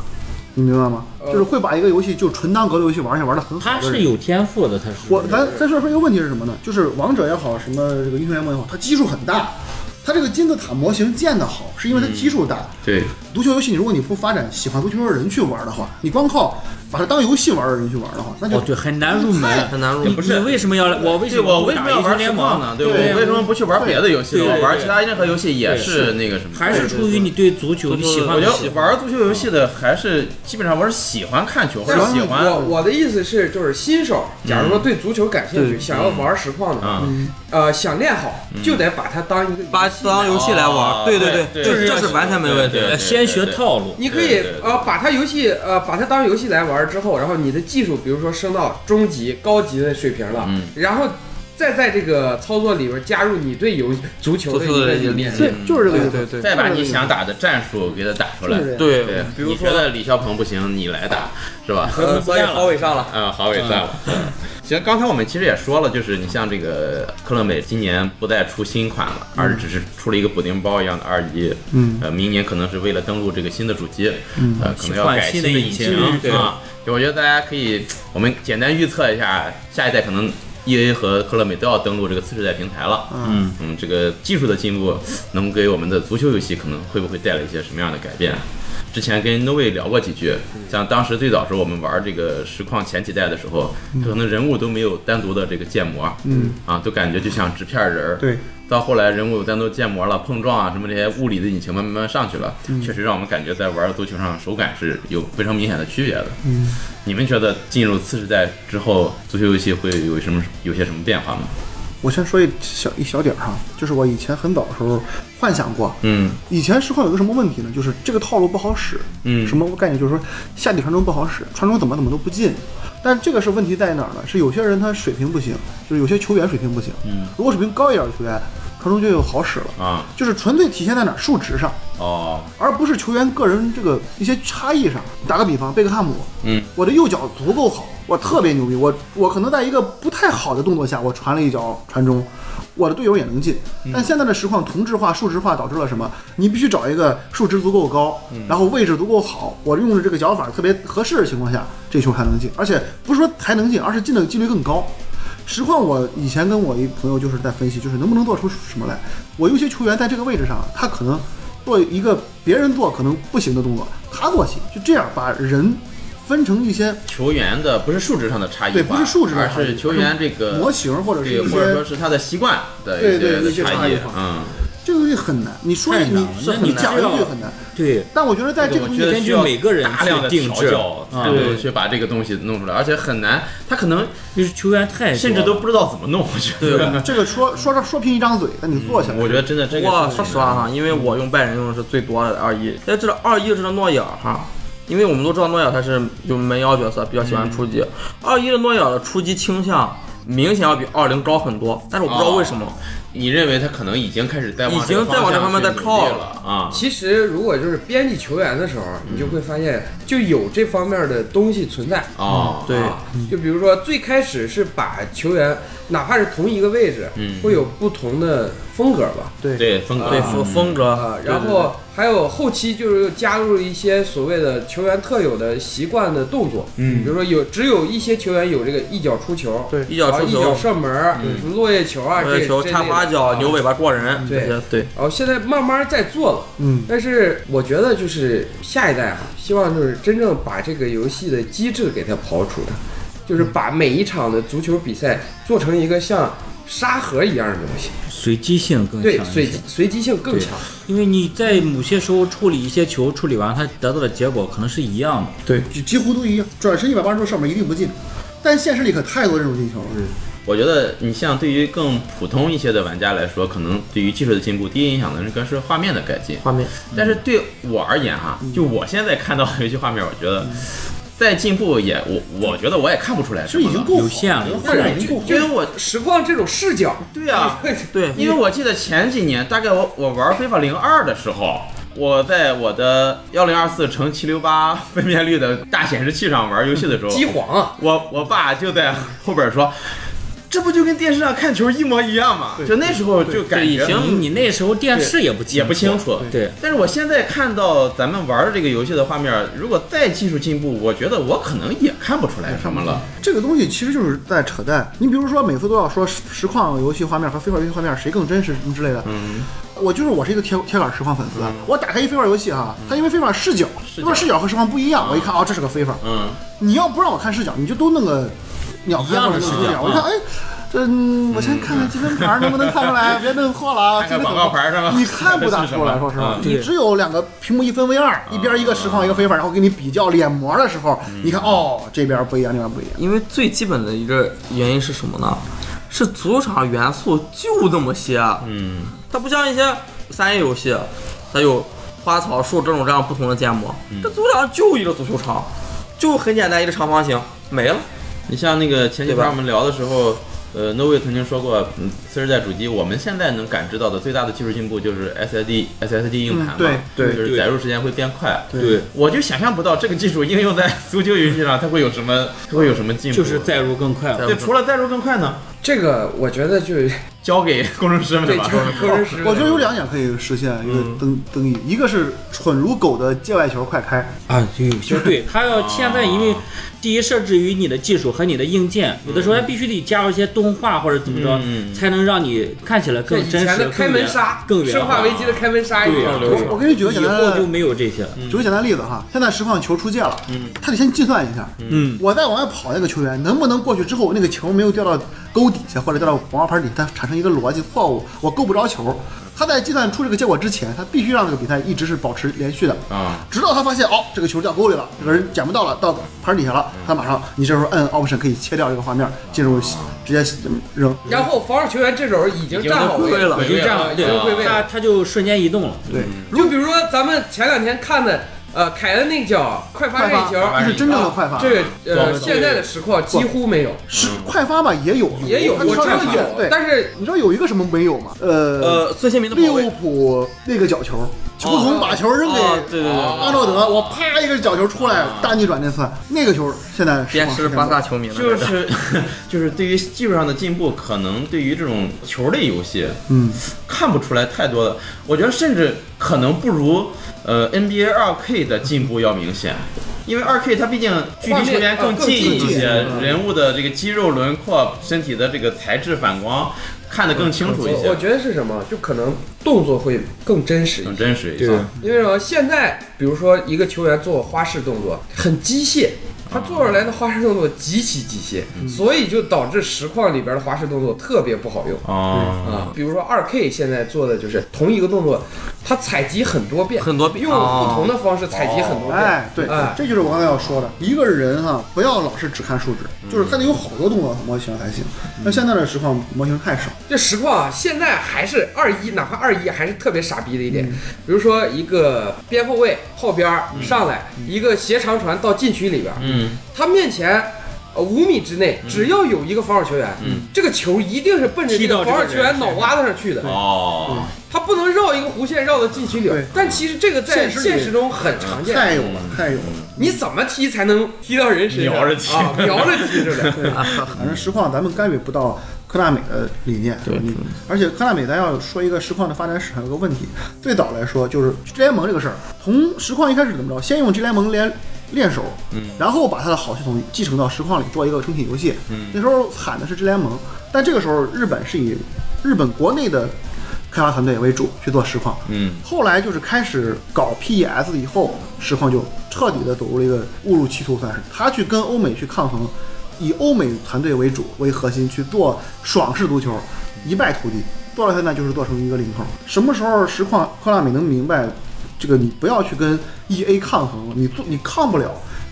你明白吗？就是会把一个游戏就纯当格斗游戏玩一下，玩的很好
他
的
是
人。
有天赋的，他是
我咱咱说说一个问题是什么呢？就是王者也好，什么这个英雄联盟也好，它基数很大，它这个金字塔模型建的好，是因为它基数大。
对，
足球游戏，你如果你不发展喜欢足球的人去玩的话，你光靠把它当游戏玩的人去玩的话，那就
哦对，很难入门。
很难入
你
门。
不是
你为什么要来？我为什
对
么
我
不
为什
打
么要
英雄
玩
联
实况
盟
呢？对，
对
我为什么不去玩别的游戏呢？
对
我
对
玩
对
其他任何游戏也
对
是那个什么，
还是出于你对足球
足
你
球
喜欢
我
的
觉
喜
得玩足球游戏的还是基本上我是喜欢看球或者
但
喜
是
欢
我我的意思是，就是新手，
嗯
假如说对足球感兴趣，想要玩实况的话，
啊，
呃，想练好
嗯
就得把它当一个
把当游戏来玩，
哦
对对
对对
对，这
对
这是完全没问题。
对
欢，先学套路。
你可以
对对对
呃把它游戏呃把它当游戏来玩儿之后，然后你的技术比如说升到中级、高级的水平了，
嗯
然后再在这个操作里边加入你对游足球的
足球的
一个
理
理
对
解。，
就是这个意思。
对对
再把你想打的战术给它打出来
是。这样
对
对，
比如
你觉
说
得李霄鹏不行，你来打是吧？
呃，所以
不干了
郝伟上了，
啊，好伟
嗯
算了。行，刚才我们其实也说了，就是你像这个科乐美今年不再出新款了，而只是出了一个补丁包一样的二级。
嗯，
呃，明年可能是为了登录这个新的主机，
嗯
呃，可能要改
新
的
的
引
引擎对
啊。就我觉得大家可以，我们简单预测一下，下一代可能 E A 和科乐美都要登录这个次世代平台了。
嗯，
嗯，这个技术的进步能给我们的足球游戏可能会不会带来一些什么样的改变？啊之前跟 Novi 聊过几句，
嗯
像当时最早时候我们玩这个实况前几代的时候，可能人物都没有单独的这个建模，
嗯，
啊，都感觉就像纸片人儿。
对，
到后来人物有单独建模了，碰撞啊什么这些物理的引擎慢慢慢上去了，
嗯
确实让我们感觉在玩足球上手感是有非常明显的区别的。
嗯，
你们觉得进入次时代之后，足球游戏会有什么有些什么变化吗？
我先说一小一小点儿哈，就是我以前很早的时候幻想过，
嗯
以前实况有个什么问题呢？就是这个套路不好使，
嗯
什么概念？就是说下底传中不好使，传中怎么怎么都不进。但这个是问题在哪儿呢？是有些人他水平不行，就是有些球员水平不行。
嗯，
如果水平高一点的球员，传中就有好使了。
啊
就是纯粹体现在哪儿数值上，
哦
而不是球员个人这个一些差异上。打个比方，贝克汉姆，
嗯
我的右脚足够好，我特别牛逼，我我可能在一个不太好的动作下，我传了一脚传中，我的队友也能进。但现在的实况同质化、数值化导致了什么？你必须找一个数值足够高，然后位置足够好，我用的这个脚法特别合适的情况下，这球才能进。而且不是说才能进，而是进的几率更高。实况，我以前跟我一朋友就是在分析，就是能不能做出什么来。我有些球员在这个位置上，他可能做一个别人做可能不行的动作，他做行，就这样把人分成一些
球员的不是数值上的差异化，
对不是数值上的
而
差异
是球员这
呃
个
模型或者是
这
一
个或者说
些
是他的习惯的
对
一
对一
些
些
的
差异
异
化。
嗯，
这个东西很难。你说
太难
你
了
是
那你
讲一
知道
句很难，
对，
但我觉得在这个
我
东
觉
西
得
根
需
据
要
每个人
大量的
去定
调
制
教，才
对
能去把这个东西弄出来，而且很难，他可能
就是球员太多了
甚至都不知道怎么弄，我觉得。
这个说说着说凭一张嘴，但你做起
嗯
来，
我觉得真的这
不
个
过
是
说实话啊哈，因为我用拜仁用的是最多的二一，但这二一是这诺伊尔哈，因为我们都知道诺伊尔他是有门腰角色，比较喜欢出击。
嗯
二一的诺伊尔的出击倾向明显要比二零高很多，但是我不知道为什
哦
么。
你认为他可能已经开始在往
已经在往这方面在靠
了啊？
其实如果就是编辑球员的时候，你就会发现就有这方面的东西存在。
哦，
嗯对
啊，就比如说最开始是把球员，哪怕是同一个位置，
嗯
会有不同的风格吧。
对
对风格
对
啊
风风格
啊，，然后还有后期就是又加入了一些所谓的球员特有的习惯的动作，嗯，比如说有只有一些球员有这个一脚出球，
对
一脚
然后
出
一脚
球，
射门儿，什么落叶球啊，
而
这
球
这
插
类的
花脚、
啊
牛尾巴过人，
对
这些对。
然后现在慢慢在做了，
嗯，
但是我觉得就是下一代啊，希望就是真正把这个游戏的机制给它刨除它，就是把每一场的足球比赛做成一个像沙盒一样的东西，
随机性
嗯
更强一
对，
些。
随机随机性更强。
因为你在某些时候处理一些球，处理完它得到的结果可能是一样的。
对，就几乎都一样，转身一百八十度上面一定不进。但现实里可太多这种进球了，
我觉得你像对于更普通一些的玩家来说，可能对于技术的进步，第一影响的应该是画面的改进。
画面
但是对我而言哈，就我现在看到的游戏画面，我觉得再进步也我我觉得我也看不出来
其
什
实
么
已
了。
经够好
有限了
这个画面已经够好
就因为我
实况这种视角，
对 啊，
对
因为我记得前几年，大概我我玩《非法零二》的时候，我在我的幺零二四乘七六八分辨率的大显示器上玩游戏的时候，
机皇啊，
我我爸就在后边说。这不就跟电视上看球一模一样吗？就那时候就感
对，已
觉
经你那时候电视也不
也不清楚。
对，
但是我现在看到咱们玩的这个游戏的画面，如果再技术进步，我觉得我可能也看不出来什么了。
这个东西其实就是在扯淡。你比如说，每次都要说实实况游戏画面和非法游戏画面谁更真实什么之类的。嗯，我就是我是一个铁铁杆实况粉丝啊，我打开一非法游戏啊，它因为非法视角，非法视角和实况不一样，我一看啊，这是个非法。
嗯，
你要不让我看视角，你就都弄个鸟
一
瞰
样
或
的
者
视
弄个
角
鸟，我一看哎。这我先看看积分牌能不能看出来，别弄错了啊！
看看
这个
广告牌上啊
你看不大出来，说实话，你只有两个屏幕一分为二，一边一个实况，一个非法，然后给你比较脸模的时候，你看哦，这边不一样，那边不一样。
因为最基本的一个原因是什么呢？是足球场元素就那么些，啊
嗯，
它不像一些三 A 游戏，它有花草树这种这样不同的建模。
嗯
这足球场就一个足球场，就很简单一个长方形，没了。
你像那个前几
对
天
吧
我们聊的时候，呃，Novi 曾经说过，嗯，次世代主机我们现在能感知到的最大的技术进步就是 SSD SSD 硬盘嘛，
对对
就是载入时间会变快。
对，
我就想象不到这个技术应用在足球游戏上，它会有什么，它会有什么进步？
就是载入更快了。
对，除了载入更快呢，
这个我觉得就
交给工程师们
对，
吧
就。是工程师，
我觉得有两点可以实现一个
嗯
登登一，一个是蠢如狗的界外球快开，
啊，就就对， 它要现在因为第一设置于你的技术和你的硬件，有的时候它必须得加入一些动画或者怎么着，
嗯
才能让你看起来
对
更
以
真
前
实、
的开门杀，
更原
生
更
化
原
危机的开门杀一样
对
流
我
程。
给你举个简
以
单
后就
的。
没有这些了。
举个简单例子哈，现在实况球出界了，他得先计算一下，
嗯，
我再往外跑那个球员能不能过去之后，那个球没有掉到沟底下或者掉到广告牌底下，它产生一个逻辑错误，我够不着球。他在计算出这个结果之前，他必须让这个比赛一直是保持连续的，
啊，
直到他发现哦，这个球掉沟里了，这个人捡不到了，到盘底下了，
嗯
他马上你这时候摁 option 可以切掉这个画面，进入直接扔。
然后防守球员这时候已经站好位
归
了。啊
了
已
已经这样
了
了，对
有归位，
它它就瞬间移动了。
对，
就比如说咱们前两天看的，呃，凯恩那脚快发
快
那
发，啊
球，
这是真正的快发。
这个呃
对
现在的实况几乎没有，
是快发吧，也有，
也有，
它
我知
稍微
道有，
对，
但是
你知道有一个什么没有吗？呃，
呃，孙兴民的跑
利
位
物浦那个角球，球
哦
童把球扔给
啊，对对对，
阿诺德，我啪一个角球出来，
哦
大逆转那次，那个球现在是
鞭
往
尸
前
巴
走
萨球迷了，
就
这是
是就是对于技术上的进步，可能对于这种球类游戏
嗯，
看不出来太多的，我觉得甚至可能不如呃 NBA 2K 的进步要明显。因为2 K 它毕竟距离球员
画面啊
更
更
近一
近
些，
嗯
人物的这个肌肉轮廓、身体的这个材质反光看得更清楚一
我我
些，
觉得是什么，就可能动作会更真实一些
更。真实一些。
因为什么？现在比如说一个球员做花式动作很机械，他做出来的花式动作极其机械，
嗯
所以就导致实况里边的花式动作特别不好用。
哦，
啊，比如说二 K 现在做的就是同一个动作，它采集很多遍，
很多遍
用不同的方式采集很多遍。
哎，对
哎，
这就是我刚才要说的，一个人哈，不要老是只看数值，
嗯
就是他得有好多动作模型才行。那现在的实况模型太少，
这实况啊，现在还是二一，哪怕二一还是特别傻逼的一
嗯
点。比如说一个边后卫后边儿
嗯
上来、一个斜长传到禁区里边儿，
嗯，
他面前呃五米之内，只要有一个防守球员，这个球一定是奔着这
踢到
个
这个
防守球员脑瓜子上去的，
哦，
他不能绕一个弧线绕到禁区里
对。
但其实这个在
现实里啊
现实中很常见，
太有了，太有了。
你怎么踢才能踢到人身上？
瞄着踢
啊，瞄着踢是不是？
反正实况咱们干预不到科纳美的理念，对你而且科纳美咱要说一个实况的发展史上有个问题，最早来说就是 G 联盟这个事儿，从实况一开始怎么着，先用 G 联盟联练手，然后把它的好系统继承到实况里做一个成品游戏，那时候喊的是 G 联盟，但这个时候日本是以日本国内的开发团队为主去做实况，
嗯，
后来就是开始搞 PES 以后，实况就彻底的走入了一个误入歧途，算是他去跟欧美去抗衡以欧美团队为主为核心去做爽式足球，一败涂地。做到现在就是做成一个零头。什么时候实况克拉美能明白，这个你不要去跟 E A 抗衡了，你做你抗不了，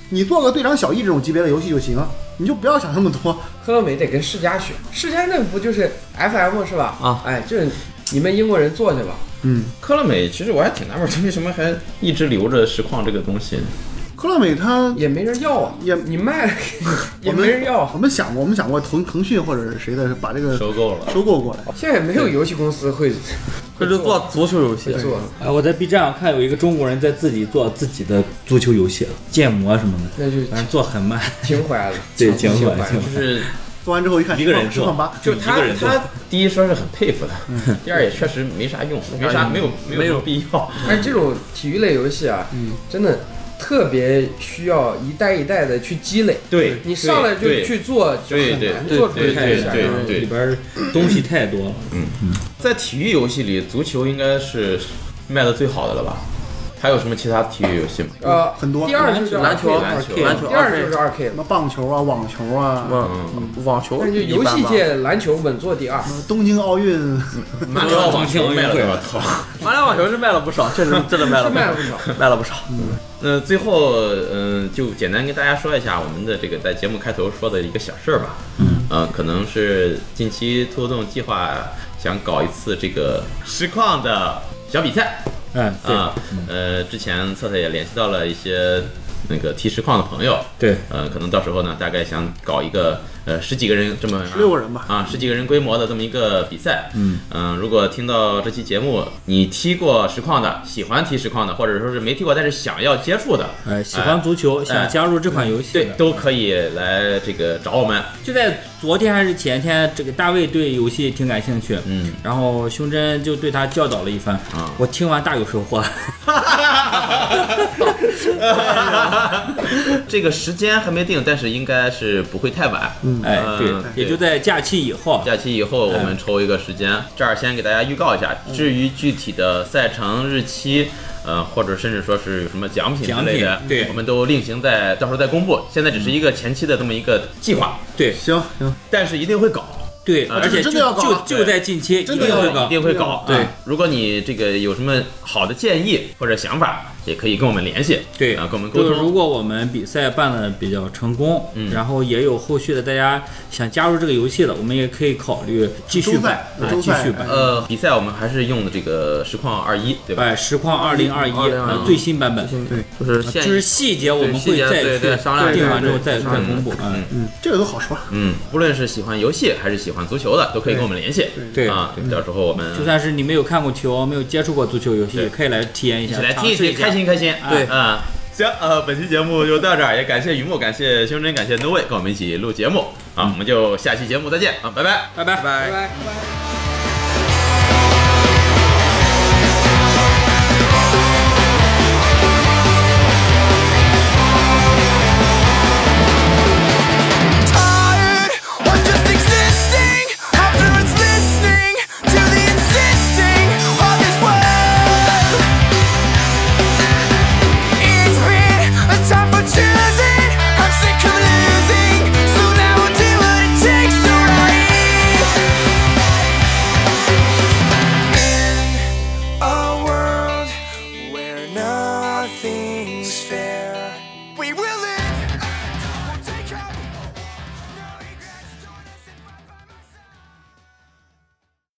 你做个队长小易这种级别的游戏就行了，你就不要想那么多。
科乐美得跟世嘉学，世嘉那不就是 FM 是吧？
啊
哎，这你们英国人做去吧。
嗯，
科乐美其实我还挺纳闷，他为什么还一直留着实况这个东西呢？
克拉美它
也没人要啊，
也
你卖了也
我
没
们
人要啊，
我们想过，我们想过腾腾讯或者是谁的把这个
收购了。
收购过来。
现在也没有游戏公司会
这就做足球游戏
会，做，
啊，我在 B 站上看有一个中国人在自己做自己的足球游戏，建模什么的，
那就
反正做很慢，
情 怀了，
对
情
情怀
怀
就
情怀
是
做完之后一看，哎
一个人
实
做
况吧，
就他
一个人做
他第一说是很佩服的， 第二也确实没啥用，没啥没有嗯没有必要。
但是这种体育类游戏啊，
嗯
真的特别需要一代一代的去积累。
对
你上来就
对
去做，就
对
很
对
难
对
做出
对
来
对
一下。
对对
里边儿东西太多了。
在体育游戏里，足球应该是卖的最好的了吧？还有什么其他体育游戏吗？
呃，
很多
第二就是
篮球、
2K
篮球
篮球、
第二就是二 K
什
了。
么棒球啊、网球啊，
嗯，网球
但是
一
游
般
戏
吧，
界篮球稳坐第二，
东京奥运
嗯
马里奥网球卖了多少 套？
马里奥网球是卖了不少，确实真的卖了
是
不
卖了
少，
不少。
卖了不少。
那呃最后，嗯、就简单跟大家说一下我们的这个在节目开头说的一个小事儿吧。嗯，呃，可能是近期兔动计划想搞一次这个实况的小比赛
嗯，对
啊。呃，之前策策也联系到了一些那个踢实况的朋友，
对，
呃，可能到时候呢，大概想搞一个呃十几个人这么
十六个人吧，
啊，十几个人规模的这么一个比赛。嗯如果听到这期节目，你踢过实况的，喜欢踢实况的，或者说是没踢过但是想要接触的，
哎，喜欢足球，想加入这款游戏的，
嗯对，都可以来这个找 我们。
就在昨天还是前天，这个大卫对游戏挺感兴趣，
嗯，
然后胸针就对他教导了一番，
啊
我听完大有收获。
这个时间还没定，但是应该是不会太晚。
嗯
哎，对，
嗯
也就在假期以后，
假期以后，我们抽一个时间，这儿先给大家预告一下。
嗯
至于具体的赛程、日期，呃，或者甚至说是有什么奖品之类的
奖，品对
我们都另行在到时候再公布。现在只是一个前期的这么一个计划，
对
行行，
但是一定会搞。
对，
啊
而且就
这个真的要搞
就
啊
就在近期，一
真
定
的要
会
搞
一
搞。
定会搞。
对
啊如果你这个有什么好的建议或者想法，也可以跟我们联系。
对
啊，跟我们沟
就是如
通。
果我们比赛办的比较成功，
嗯
然后也有后续的大家想加入这个游戏的，我们也可以考虑继续
周
办
赛，
啊
周
继
赛
续办。
呃，比赛我们还是用的这个实况二一，对吧？
哎，实况二零二一啊最新版本，
就是
就
现
是细节我们
对
会
细节
再
对对
去
商量一下
定完之后
对
再
对
再
商量
公布。嗯，
嗯，这个都好说，
嗯，无论是喜欢游戏还是喜欢足球的，都可以跟我们联系。
对
啊，到时候我们
就算是你没有看过球，没有接触过足球游戏，
对
也可以来体验一
一
下，
起来
尝
踢一
试
踢，
下
开。心开心。
对
啊。行，呃，本期节目就到这儿，也感谢雨木，感谢胸针，
嗯
感谢 No Way，跟我们一起录节目啊，我们就下期节目再见啊，拜拜。
拜拜。
拜拜。
拜拜。